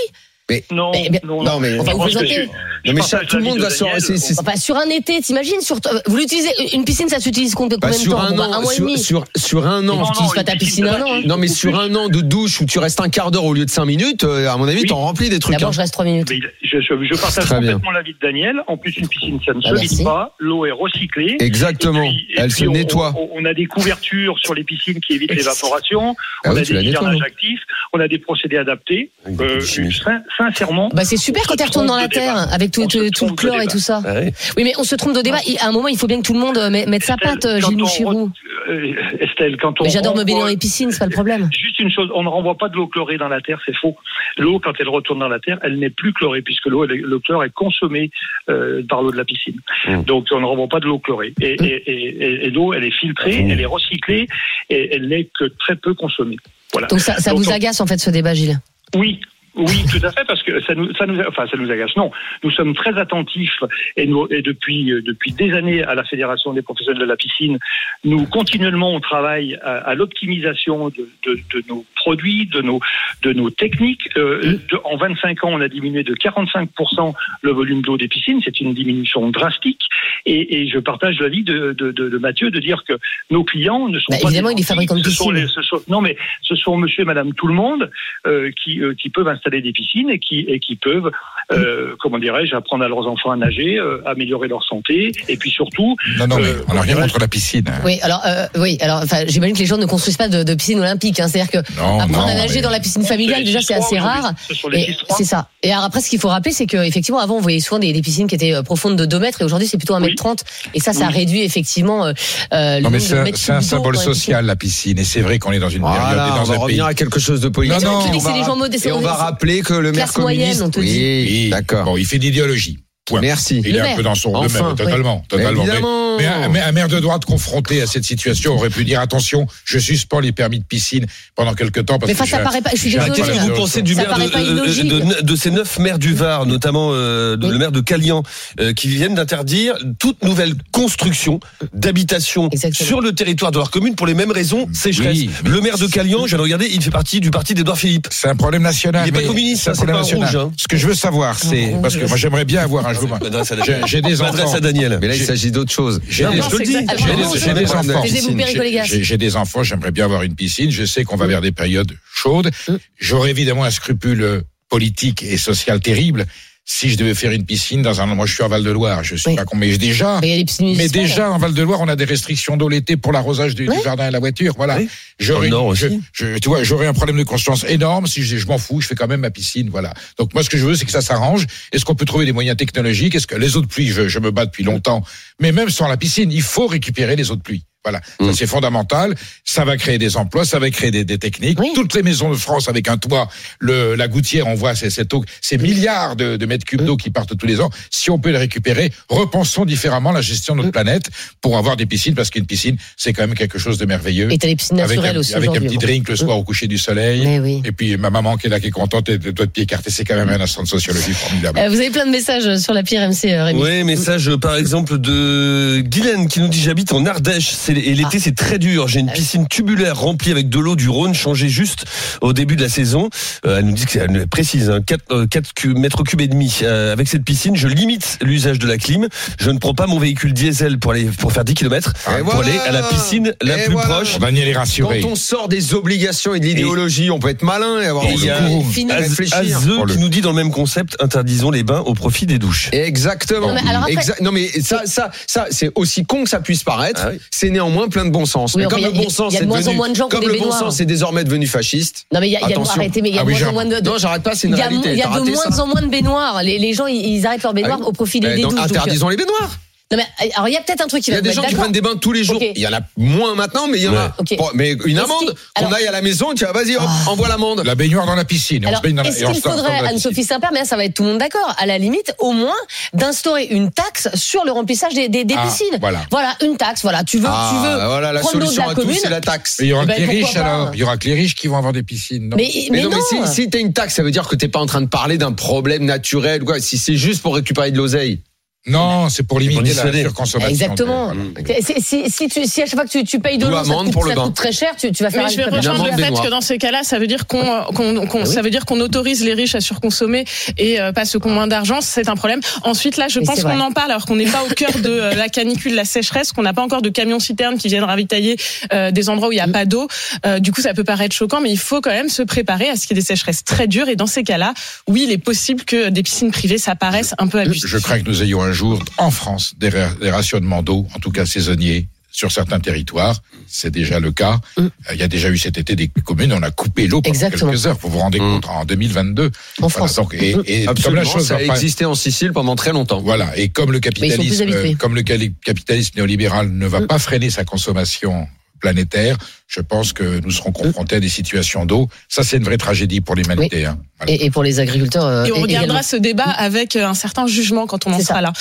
[SPEAKER 7] non,
[SPEAKER 1] Mais- mais-
[SPEAKER 7] non,
[SPEAKER 2] Non, mais-
[SPEAKER 7] je
[SPEAKER 2] Enfin,
[SPEAKER 1] vous
[SPEAKER 7] pense que
[SPEAKER 1] présentez-
[SPEAKER 7] je-
[SPEAKER 2] Non, mais
[SPEAKER 7] je
[SPEAKER 2] ça,
[SPEAKER 7] partage
[SPEAKER 2] tout le
[SPEAKER 7] l'avis
[SPEAKER 2] monde
[SPEAKER 7] de
[SPEAKER 2] va se.
[SPEAKER 7] Daniel.
[SPEAKER 2] c'est- c'est-
[SPEAKER 1] Enfin, sur un été, t'imagines sur euh, Vous l'utilisez une piscine, ça s'utilise combien
[SPEAKER 2] bah,
[SPEAKER 1] combien de
[SPEAKER 2] sur
[SPEAKER 1] temps
[SPEAKER 2] un
[SPEAKER 1] Bah,
[SPEAKER 2] an,
[SPEAKER 1] mois et
[SPEAKER 2] sur,
[SPEAKER 1] demi.
[SPEAKER 2] sur, sur un
[SPEAKER 1] Non,
[SPEAKER 2] an.
[SPEAKER 1] tu utilises pas ta
[SPEAKER 7] une
[SPEAKER 1] piscine
[SPEAKER 7] piscine
[SPEAKER 1] un an.
[SPEAKER 7] de-
[SPEAKER 2] Non, mais sur un an de douche où tu restes un quart d'heure au lieu de 5 minutes, euh, à mon avis,
[SPEAKER 7] Oui.
[SPEAKER 2] t'en remplis des trucs. hein.
[SPEAKER 1] D'abord, je reste 3 minutes.
[SPEAKER 7] Mais il- je, je, je partage
[SPEAKER 2] Très bien.
[SPEAKER 7] complètement l'avis de Daniel. En plus, une piscine, ça ne
[SPEAKER 1] Ah,
[SPEAKER 7] se
[SPEAKER 1] merci.
[SPEAKER 7] vide pas. L'eau est recyclée.
[SPEAKER 2] Exactement.
[SPEAKER 7] Et puis- et
[SPEAKER 2] Elle
[SPEAKER 7] puis
[SPEAKER 2] se
[SPEAKER 7] on-
[SPEAKER 2] nettoie.
[SPEAKER 7] On, on a des couvertures sur les piscines qui évitent l'évaporation.
[SPEAKER 2] Ah
[SPEAKER 7] on
[SPEAKER 2] oui,
[SPEAKER 7] a
[SPEAKER 2] tu
[SPEAKER 7] des
[SPEAKER 2] la nettoies,
[SPEAKER 7] hivernages
[SPEAKER 2] non Ah
[SPEAKER 7] actifs. On a des procédés adaptés.
[SPEAKER 5] Avec des
[SPEAKER 7] Euh,
[SPEAKER 5] produits chimiques.
[SPEAKER 7] sin- sincèrement.
[SPEAKER 1] Bah, c'est super
[SPEAKER 7] on
[SPEAKER 1] quand
[SPEAKER 7] se
[SPEAKER 1] elle retourne dans
[SPEAKER 7] trompe
[SPEAKER 1] la
[SPEAKER 7] de
[SPEAKER 1] terre
[SPEAKER 7] débat.
[SPEAKER 1] avec tout,
[SPEAKER 7] On
[SPEAKER 1] tout-
[SPEAKER 7] se
[SPEAKER 1] tout le
[SPEAKER 7] trompe de
[SPEAKER 1] chlore et
[SPEAKER 7] débat.
[SPEAKER 1] tout ça.
[SPEAKER 5] Ah ouais.
[SPEAKER 1] Oui, mais on se trompe de débat. Il- À un moment, il faut bien que tout le monde euh, mette mette sa
[SPEAKER 7] Estelle,
[SPEAKER 1] patte, euh,
[SPEAKER 7] quand
[SPEAKER 1] Gilles
[SPEAKER 7] on-
[SPEAKER 1] Mouchirou.
[SPEAKER 7] euh, Estelle, quand on.
[SPEAKER 1] Mais j'adore me baigner dans
[SPEAKER 7] renvoie-
[SPEAKER 1] les piscines, c'est pas le problème.
[SPEAKER 7] Juste une chose, on ne renvoie pas de l'eau chlorée dans la terre, c'est faux. L'eau, quand elle retourne dans la terre, elle n'est plus chlorée puisque l'eau, elle est- le chlore est consommé euh, par l'eau de la piscine.
[SPEAKER 2] Mmh.
[SPEAKER 5] Mm.
[SPEAKER 7] Donc on ne renvoie pas de l'eau chlorée. Et, et- et- et- et l'eau, elle est filtrée,
[SPEAKER 2] Mmh.
[SPEAKER 5] Mm.
[SPEAKER 7] elle est recyclée et elle n'est que très peu consommée. Voilà.
[SPEAKER 1] Donc ça, ça
[SPEAKER 7] Donc,
[SPEAKER 1] vous
[SPEAKER 7] on-
[SPEAKER 1] agace en fait ce débat, Gilles.
[SPEAKER 7] Oui. Oui, tout à fait, parce que ça nous, ça nous, enfin, ça nous agace. Non, nous sommes très attentifs et, nous, et depuis, euh, depuis des années à la Fédération des professionnels de la piscine, nous continuellement on travaille à, à l'optimisation de, de, de nos produits, de nos, de nos techniques. Euh, de- en 25 ans, on a diminué de 45% le volume d'eau des piscines. C'est une diminution drastique. Et, et je partage l'avis de, de, de, de Mathieu de dire que nos clients ne sont
[SPEAKER 1] Bah,
[SPEAKER 7] pas
[SPEAKER 1] évidemment,
[SPEAKER 7] des
[SPEAKER 1] il est fabricant de
[SPEAKER 7] gentils. Ce sont
[SPEAKER 1] piscines.
[SPEAKER 7] les- ce sont- non, mais ce sont Monsieur et Madame tout le monde euh, qui, euh, qui peuvent installer des piscines et qui, et qui peuvent, euh, comment dirais-je, apprendre à leurs enfants à nager, euh, améliorer leur santé, et puis surtout,
[SPEAKER 4] Non, non, mais
[SPEAKER 7] Euh,
[SPEAKER 4] on n'a rien
[SPEAKER 7] on
[SPEAKER 4] contre la piscine. hein.
[SPEAKER 1] Oui, alors, euh, oui, alors, enfin, j'imagine que les gens ne construisent pas de, de piscine olympique. hein. C'est-à-dire que
[SPEAKER 4] Non,
[SPEAKER 1] apprendre
[SPEAKER 4] Oh non,
[SPEAKER 1] à nager
[SPEAKER 4] mais-
[SPEAKER 1] dans la piscine familiale, déjà, c'est assez rare.
[SPEAKER 7] Ce sont les
[SPEAKER 1] Et
[SPEAKER 7] histoires.
[SPEAKER 1] C'est ça. Et alors après, ce qu'il faut rappeler, c'est qu'effectivement, avant, on voyait souvent des, des piscines qui étaient euh, profondes de 2 mètres, et aujourd'hui, c'est plutôt 1 mètre 30. Et ça, ça
[SPEAKER 7] Oui.
[SPEAKER 1] réduit effectivement euh, euh, le
[SPEAKER 4] Non,
[SPEAKER 1] nombre
[SPEAKER 4] mais c'est
[SPEAKER 1] de
[SPEAKER 4] un-
[SPEAKER 1] mètres
[SPEAKER 4] c'est un
[SPEAKER 1] cubes d'eau
[SPEAKER 4] symbole
[SPEAKER 1] dans les piscines.
[SPEAKER 4] social, la piscine. Et c'est vrai qu'on est dans une période
[SPEAKER 2] Voilà,
[SPEAKER 4] et
[SPEAKER 2] on va
[SPEAKER 4] dans un pays.
[SPEAKER 2] revenir à quelque chose de
[SPEAKER 4] Non,
[SPEAKER 2] politique.
[SPEAKER 4] non,
[SPEAKER 2] Et
[SPEAKER 4] on
[SPEAKER 2] va
[SPEAKER 1] dit que c'est les gens modestes,
[SPEAKER 2] Et on
[SPEAKER 1] on
[SPEAKER 2] va
[SPEAKER 1] est-
[SPEAKER 2] rappeler que le maire
[SPEAKER 1] Classe moyenne,
[SPEAKER 2] communiste.
[SPEAKER 1] on te
[SPEAKER 2] Oui,
[SPEAKER 4] Oui.
[SPEAKER 2] d'accord.
[SPEAKER 4] Bon, il fait d'idéologie. Point.
[SPEAKER 2] Merci.
[SPEAKER 4] Et Il est
[SPEAKER 1] Le
[SPEAKER 4] un
[SPEAKER 1] maire.
[SPEAKER 4] peu dans son
[SPEAKER 2] Enfin,
[SPEAKER 4] domaine, totalement, totalement. Mais-
[SPEAKER 2] Évidemment.
[SPEAKER 4] Mais un, mais un maire de droite confronté à cette situation aurait pu dire attention, je suspends les permis de piscine pendant quelques temps
[SPEAKER 1] Mais
[SPEAKER 4] parce que
[SPEAKER 1] enfin, ça
[SPEAKER 4] j'ai-
[SPEAKER 1] paraît pas- je suis
[SPEAKER 4] j'ai-
[SPEAKER 1] désolée,
[SPEAKER 4] j'ai-
[SPEAKER 5] Qu'est-ce
[SPEAKER 1] là.
[SPEAKER 5] que
[SPEAKER 4] j'ai-
[SPEAKER 7] euh,
[SPEAKER 5] vous pensez du
[SPEAKER 1] Ça
[SPEAKER 5] maire
[SPEAKER 1] paraît pas
[SPEAKER 5] de, de-
[SPEAKER 1] illogique.
[SPEAKER 5] de- de ces neuf maires du Var, notamment euh, de-
[SPEAKER 1] Oui.
[SPEAKER 5] le maire de Calian, euh, qui viennent d'interdire toute nouvelle construction d'habitation
[SPEAKER 1] Exactement.
[SPEAKER 5] sur le territoire de leur commune pour les mêmes raisons sécheresse.
[SPEAKER 4] Oui, mais-
[SPEAKER 5] le maire de Calian, je viens de regarder, il fait partie du parti d'Edouard Philippe.
[SPEAKER 4] C'est un problème national.
[SPEAKER 5] Il est pas
[SPEAKER 4] mais
[SPEAKER 5] communiste,
[SPEAKER 4] c'est un
[SPEAKER 5] hein, c'est
[SPEAKER 4] problème
[SPEAKER 5] pas un
[SPEAKER 4] national.
[SPEAKER 5] rouge, hein.
[SPEAKER 4] Ce que je veux savoir, c'est parce que moi j'aimerais bien avoir un jour.
[SPEAKER 5] Je m'adresse à Daniel.
[SPEAKER 4] J'ai- J'ai des
[SPEAKER 5] Je m'adresse
[SPEAKER 4] enfants.
[SPEAKER 5] à Daniel.
[SPEAKER 2] Mais là, il s'agit d'autre chose.
[SPEAKER 4] J'ai des,
[SPEAKER 5] je te le dis.
[SPEAKER 1] exactement-
[SPEAKER 4] j'ai des-
[SPEAKER 1] Ah,
[SPEAKER 4] j'ai
[SPEAKER 1] non,
[SPEAKER 4] des
[SPEAKER 1] c'est-
[SPEAKER 4] enfants.
[SPEAKER 1] Taisez-vous, Père Nicolas Gass.
[SPEAKER 4] J'ai j'ai des enfants, j'aimerais bien avoir une piscine. Je sais qu'on va
[SPEAKER 1] Hum.
[SPEAKER 4] vers des périodes chaudes. J'aurais évidemment un scrupule euh, politique et social terrible si je devais faire une piscine dans un endroit. Je suis à Val-de-Loire. Je suis
[SPEAKER 1] Oui.
[SPEAKER 4] pas con, mais déjà.
[SPEAKER 1] Mais il y a des piscines
[SPEAKER 4] Mais
[SPEAKER 1] municipales.
[SPEAKER 4] déjà, en Val-de-Loire, on a des restrictions d'eau l'été pour l'arrosage du, du
[SPEAKER 1] Ouais.
[SPEAKER 4] jardin et la voiture. Voilà.
[SPEAKER 5] Oui.
[SPEAKER 4] J'aurais,
[SPEAKER 5] Dans le Nord
[SPEAKER 4] je-
[SPEAKER 5] aussi.
[SPEAKER 4] je- tu vois, j'aurais un problème de conscience énorme si je dis, je m'en fous, je fais quand même ma piscine. Voilà. Donc, moi, ce que je veux, c'est que ça s'arrange. Est-ce qu'on peut trouver des moyens technologiques? Est-ce que les eaux de pluie, je, je me bats depuis longtemps. Mais même sans la piscine, il faut récupérer les eaux de pluie. Voilà,
[SPEAKER 2] Mm.
[SPEAKER 4] ça c'est fondamental. Ça va créer des emplois, ça va créer des, des techniques.
[SPEAKER 1] Oui.
[SPEAKER 4] Toutes les maisons de France avec un toit, le, la gouttière, on voit ces, cette eau, ces milliards de, de mètres cubes d'eau qui partent tous les ans. Si on peut les récupérer, repensons différemment la gestion de notre
[SPEAKER 1] Mm.
[SPEAKER 4] planète pour avoir des piscines, parce qu'une piscine, c'est quand même quelque chose de merveilleux.
[SPEAKER 1] Et t'as les piscines
[SPEAKER 4] Avec
[SPEAKER 1] naturelles
[SPEAKER 4] un,
[SPEAKER 1] aussi
[SPEAKER 4] avec un
[SPEAKER 1] aujourd'hui. hein.
[SPEAKER 4] petit drink le soir au coucher du soleil.
[SPEAKER 1] Mais oui.
[SPEAKER 4] Et puis ma maman qui est là, qui est contente, et doigts de pied écartés, c'est quand même un instant de sociologie formidable.
[SPEAKER 1] Euh, vous avez plein de messages sur l'appli RMC, euh, Rémi.
[SPEAKER 5] Ouais, message euh, par exemple de Guylaine qui nous dit j'habite en Ardèche c'est- et
[SPEAKER 1] Ah.
[SPEAKER 5] l'été c'est très dur. J'ai une piscine tubulaire remplie avec de l'eau du Rhône changée juste au début de la saison. Euh, elle nous dit que c'est- elle nous précise hein, 4, mètres cubes et demi. Euh, avec cette piscine, je limite l'usage de la clim. Je ne prends pas mon véhicule diesel pour aller pour faire 10 km
[SPEAKER 2] Et
[SPEAKER 5] pour
[SPEAKER 2] voilà.
[SPEAKER 5] aller à la piscine la
[SPEAKER 2] Et
[SPEAKER 5] plus
[SPEAKER 2] voilà.
[SPEAKER 5] proche.
[SPEAKER 4] Daniel est
[SPEAKER 2] Quand
[SPEAKER 4] rassuré.
[SPEAKER 2] on sort des obligations et de l'idéologie, on peut être malin et avoir
[SPEAKER 5] Et il y a-
[SPEAKER 2] le
[SPEAKER 1] Et fini.
[SPEAKER 2] à réfléchir.
[SPEAKER 5] Az-
[SPEAKER 2] Oh,
[SPEAKER 5] Azeux
[SPEAKER 2] le-
[SPEAKER 5] qui nous dit dans le même concept interdisons les bains au profit des douches.
[SPEAKER 2] Exactement.
[SPEAKER 1] Non, mais alors après-
[SPEAKER 2] Exa- non mais ça, ça, ça, c'est aussi con que ça puisse paraître,
[SPEAKER 5] Ah oui.
[SPEAKER 2] c'est néanmoins plein de bon sens.
[SPEAKER 1] Oui,
[SPEAKER 2] Mais
[SPEAKER 1] enfin, il
[SPEAKER 2] comme
[SPEAKER 1] y a-
[SPEAKER 2] le bon sens,
[SPEAKER 1] il y a de
[SPEAKER 2] est
[SPEAKER 1] moins en
[SPEAKER 2] devenu-
[SPEAKER 1] moins de gens qui ont
[SPEAKER 2] comme
[SPEAKER 1] des
[SPEAKER 2] le bon
[SPEAKER 1] baignoires.
[SPEAKER 2] sens est désormais devenu fasciste.
[SPEAKER 1] Non mais il y a, il y a
[SPEAKER 2] Attention.
[SPEAKER 1] arrêtez, mais il y a
[SPEAKER 2] Ah
[SPEAKER 1] de
[SPEAKER 2] oui,
[SPEAKER 1] moins en
[SPEAKER 2] j'ai-
[SPEAKER 1] moins de.
[SPEAKER 2] Non, j'arrête pas, c'est
[SPEAKER 1] Il
[SPEAKER 2] une
[SPEAKER 1] y a,
[SPEAKER 2] réalité.
[SPEAKER 1] il y a
[SPEAKER 2] T'as
[SPEAKER 1] de
[SPEAKER 2] raté
[SPEAKER 1] moins
[SPEAKER 2] ça.
[SPEAKER 1] en moins de baignoires. Les, les gens, ils, ils arrêtent leur baignoire
[SPEAKER 2] Ah
[SPEAKER 1] au profit des,
[SPEAKER 2] Eh,
[SPEAKER 1] des
[SPEAKER 2] donc
[SPEAKER 1] douches. donc,
[SPEAKER 2] interdisons les baignoires.
[SPEAKER 1] euh, non, mais, euh, alors il y a peut-être un truc qui
[SPEAKER 2] Il y
[SPEAKER 1] va
[SPEAKER 2] a
[SPEAKER 1] vous
[SPEAKER 2] des
[SPEAKER 1] mettre
[SPEAKER 2] gens qui
[SPEAKER 1] d'accord.
[SPEAKER 2] prennent des bains tous les jours.
[SPEAKER 1] Ok.
[SPEAKER 2] Il y en a moins maintenant, mais il y en a.
[SPEAKER 1] Ok.
[SPEAKER 2] Bon, mais une
[SPEAKER 1] Est-ce
[SPEAKER 2] amende
[SPEAKER 1] qu'il-
[SPEAKER 2] qu'on
[SPEAKER 1] alors-
[SPEAKER 2] aille à la maison, tu vas vas-y, hop,
[SPEAKER 1] Ah.
[SPEAKER 2] envoie l'amende.
[SPEAKER 4] La baignoire dans la piscine. et on
[SPEAKER 1] Alors,
[SPEAKER 4] se baigne dans la-
[SPEAKER 1] est-ce
[SPEAKER 4] et on
[SPEAKER 1] qu'il
[SPEAKER 4] se torse dans
[SPEAKER 1] faudrait,
[SPEAKER 4] la piscine.
[SPEAKER 1] Anne-Sophie Saint-Père, mais là, ça va être tout le monde d'accord, à la limite, au moins, d'instaurer une taxe sur le remplissage des, des, des
[SPEAKER 4] Ah,
[SPEAKER 1] piscines.
[SPEAKER 4] voilà.
[SPEAKER 1] une taxe, voilà. Tu veux,
[SPEAKER 2] Ah,
[SPEAKER 1] tu veux.
[SPEAKER 2] voilà, la
[SPEAKER 1] prendre l'eau de
[SPEAKER 2] solution
[SPEAKER 1] la
[SPEAKER 2] à tout,
[SPEAKER 1] commune.
[SPEAKER 2] c'est la taxe.
[SPEAKER 4] Mais il y aura
[SPEAKER 1] Eh
[SPEAKER 4] que
[SPEAKER 1] ben,
[SPEAKER 4] les riches
[SPEAKER 1] pourquoi pas
[SPEAKER 4] alors. Il y aura que les riches qui vont avoir des piscines. non
[SPEAKER 1] Mais, mais,
[SPEAKER 2] Mais, non,
[SPEAKER 1] non, hein.
[SPEAKER 2] mais si, si t'as une taxe, ça veut dire que t'es pas en train de parler d'un problème naturel, ou quoi. Si c'est juste pour récupérer de l'oseille.
[SPEAKER 4] Non, c'est pour
[SPEAKER 5] pour
[SPEAKER 4] limiter la
[SPEAKER 5] dissuader.
[SPEAKER 4] surconsommation.
[SPEAKER 1] Exactement. C'est- c'est- Si, si tu- si à chaque fois que tu, tu payes de
[SPEAKER 2] Ou
[SPEAKER 1] l'eau, ça, te
[SPEAKER 2] amende
[SPEAKER 1] coûte-
[SPEAKER 2] pour le
[SPEAKER 1] ça te
[SPEAKER 2] bain.
[SPEAKER 1] coûte très cher, tu, tu vas faire
[SPEAKER 3] Mais je vais
[SPEAKER 1] un-
[SPEAKER 3] rejoindre
[SPEAKER 2] amende
[SPEAKER 3] le fait
[SPEAKER 2] baignoire.
[SPEAKER 3] que dans ces cas-là, ça veut dire qu'on, euh,
[SPEAKER 1] Ah
[SPEAKER 3] qu'on, qu'on- ça veut dire qu'on autorise les riches à surconsommer et euh, pas ceux qui ont moins d'argent. C'est un problème. Ensuite, là, je
[SPEAKER 1] Mais c'est
[SPEAKER 3] pense qu'on
[SPEAKER 1] vrai.
[SPEAKER 3] en parle alors qu'on n'est pas au cœur de euh, la canicule, la sécheresse, qu'on n'a pas encore de camions citernes qui viennent ravitailler euh, des endroits où il n'y a
[SPEAKER 1] Mm.
[SPEAKER 3] pas d'eau. Euh, du coup, ça peut paraître choquant, mais il faut quand même se préparer à ce qu'il y ait des sécheresses très dures. Et dans ces cas-là, oui, il est possible que des piscines privées, ça paraisse un peu abusif.
[SPEAKER 4] Je crains que nous ayons un jour, en France, des, ra- des rationnements d'eau, en tout cas saisonniers, sur certains territoires. C'est déjà le cas. Euh, Il y a déjà eu cet été des communes, on a coupé l'eau pendant
[SPEAKER 1] Mm. Exactement.
[SPEAKER 4] quelques heures. Vous vous rendez compte, en 2022.
[SPEAKER 1] En
[SPEAKER 4] Voilà,
[SPEAKER 1] France.
[SPEAKER 4] donc, et, et comme
[SPEAKER 2] Mm. Absolument,
[SPEAKER 4] la chose
[SPEAKER 2] ça a
[SPEAKER 4] n'a pas-
[SPEAKER 2] existé en Sicile pendant très longtemps.
[SPEAKER 4] Voilà, et comme le capitalisme,
[SPEAKER 1] habitués. Mm.
[SPEAKER 4] euh, comme le cali- capitalisme néolibéral ne va pas freiner sa consommation planétaire, je pense que nous serons confrontés à des situations d'eau. Ça, c'est une vraie tragédie pour l'humanité. hein. Voilà.
[SPEAKER 1] Et, et pour les agriculteurs. euh,
[SPEAKER 3] Et on
[SPEAKER 1] é-
[SPEAKER 3] regardera
[SPEAKER 1] également.
[SPEAKER 3] ce débat avec euh, un certain jugement quand on en
[SPEAKER 1] C'est ça.
[SPEAKER 3] sera là.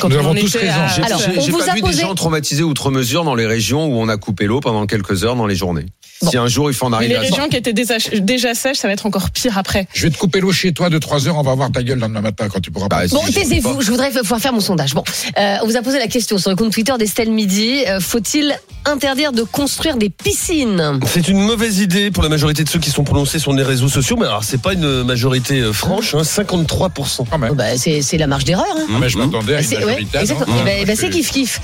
[SPEAKER 3] Quand
[SPEAKER 4] Nous
[SPEAKER 3] on
[SPEAKER 4] avons
[SPEAKER 3] en
[SPEAKER 4] tous
[SPEAKER 3] était
[SPEAKER 4] raison.
[SPEAKER 3] à-
[SPEAKER 4] J'ai-
[SPEAKER 1] Alors,
[SPEAKER 2] J'ai
[SPEAKER 1] on
[SPEAKER 2] j'ai
[SPEAKER 1] vous
[SPEAKER 2] pas
[SPEAKER 1] a
[SPEAKER 2] vu
[SPEAKER 1] posé-
[SPEAKER 2] des gens traumatisés outre mesure dans les régions où on a coupé l'eau pendant quelques heures dans les journées. Si un jour il faut en
[SPEAKER 3] Mais
[SPEAKER 2] arriver
[SPEAKER 3] les
[SPEAKER 2] à ça.
[SPEAKER 3] régions qui étaient déjà, déjà sèches, ça va être encore pire après.
[SPEAKER 4] Je vais te couper l'eau chez toi de 3 heures, on va voir ta gueule le lendemain matin quand tu pourras
[SPEAKER 2] Bah,
[SPEAKER 4] pas.
[SPEAKER 2] si,
[SPEAKER 1] Bon,
[SPEAKER 2] si,
[SPEAKER 1] taisez-vous,
[SPEAKER 2] pas.
[SPEAKER 1] je voudrais pouvoir faire mon sondage. Bon, euh, on vous a posé la question sur le compte Twitter d'Estelle Midi. euh, Faut-il interdire de construire des piscines
[SPEAKER 5] C'est une mauvaise idée pour la majorité de ceux qui sont prononcés sur les réseaux sociaux, mais alors c'est pas une majorité euh, franche, hein, 53%.
[SPEAKER 4] Quand même.
[SPEAKER 1] Ah, Oh, bah, C'est c'est la marge d'erreur. hein.
[SPEAKER 4] Ah, mais je m'attendais à une
[SPEAKER 1] C'est ouais,
[SPEAKER 4] majorité. non
[SPEAKER 1] exactement. Eh ben- eh ben, c'est kiff kiff.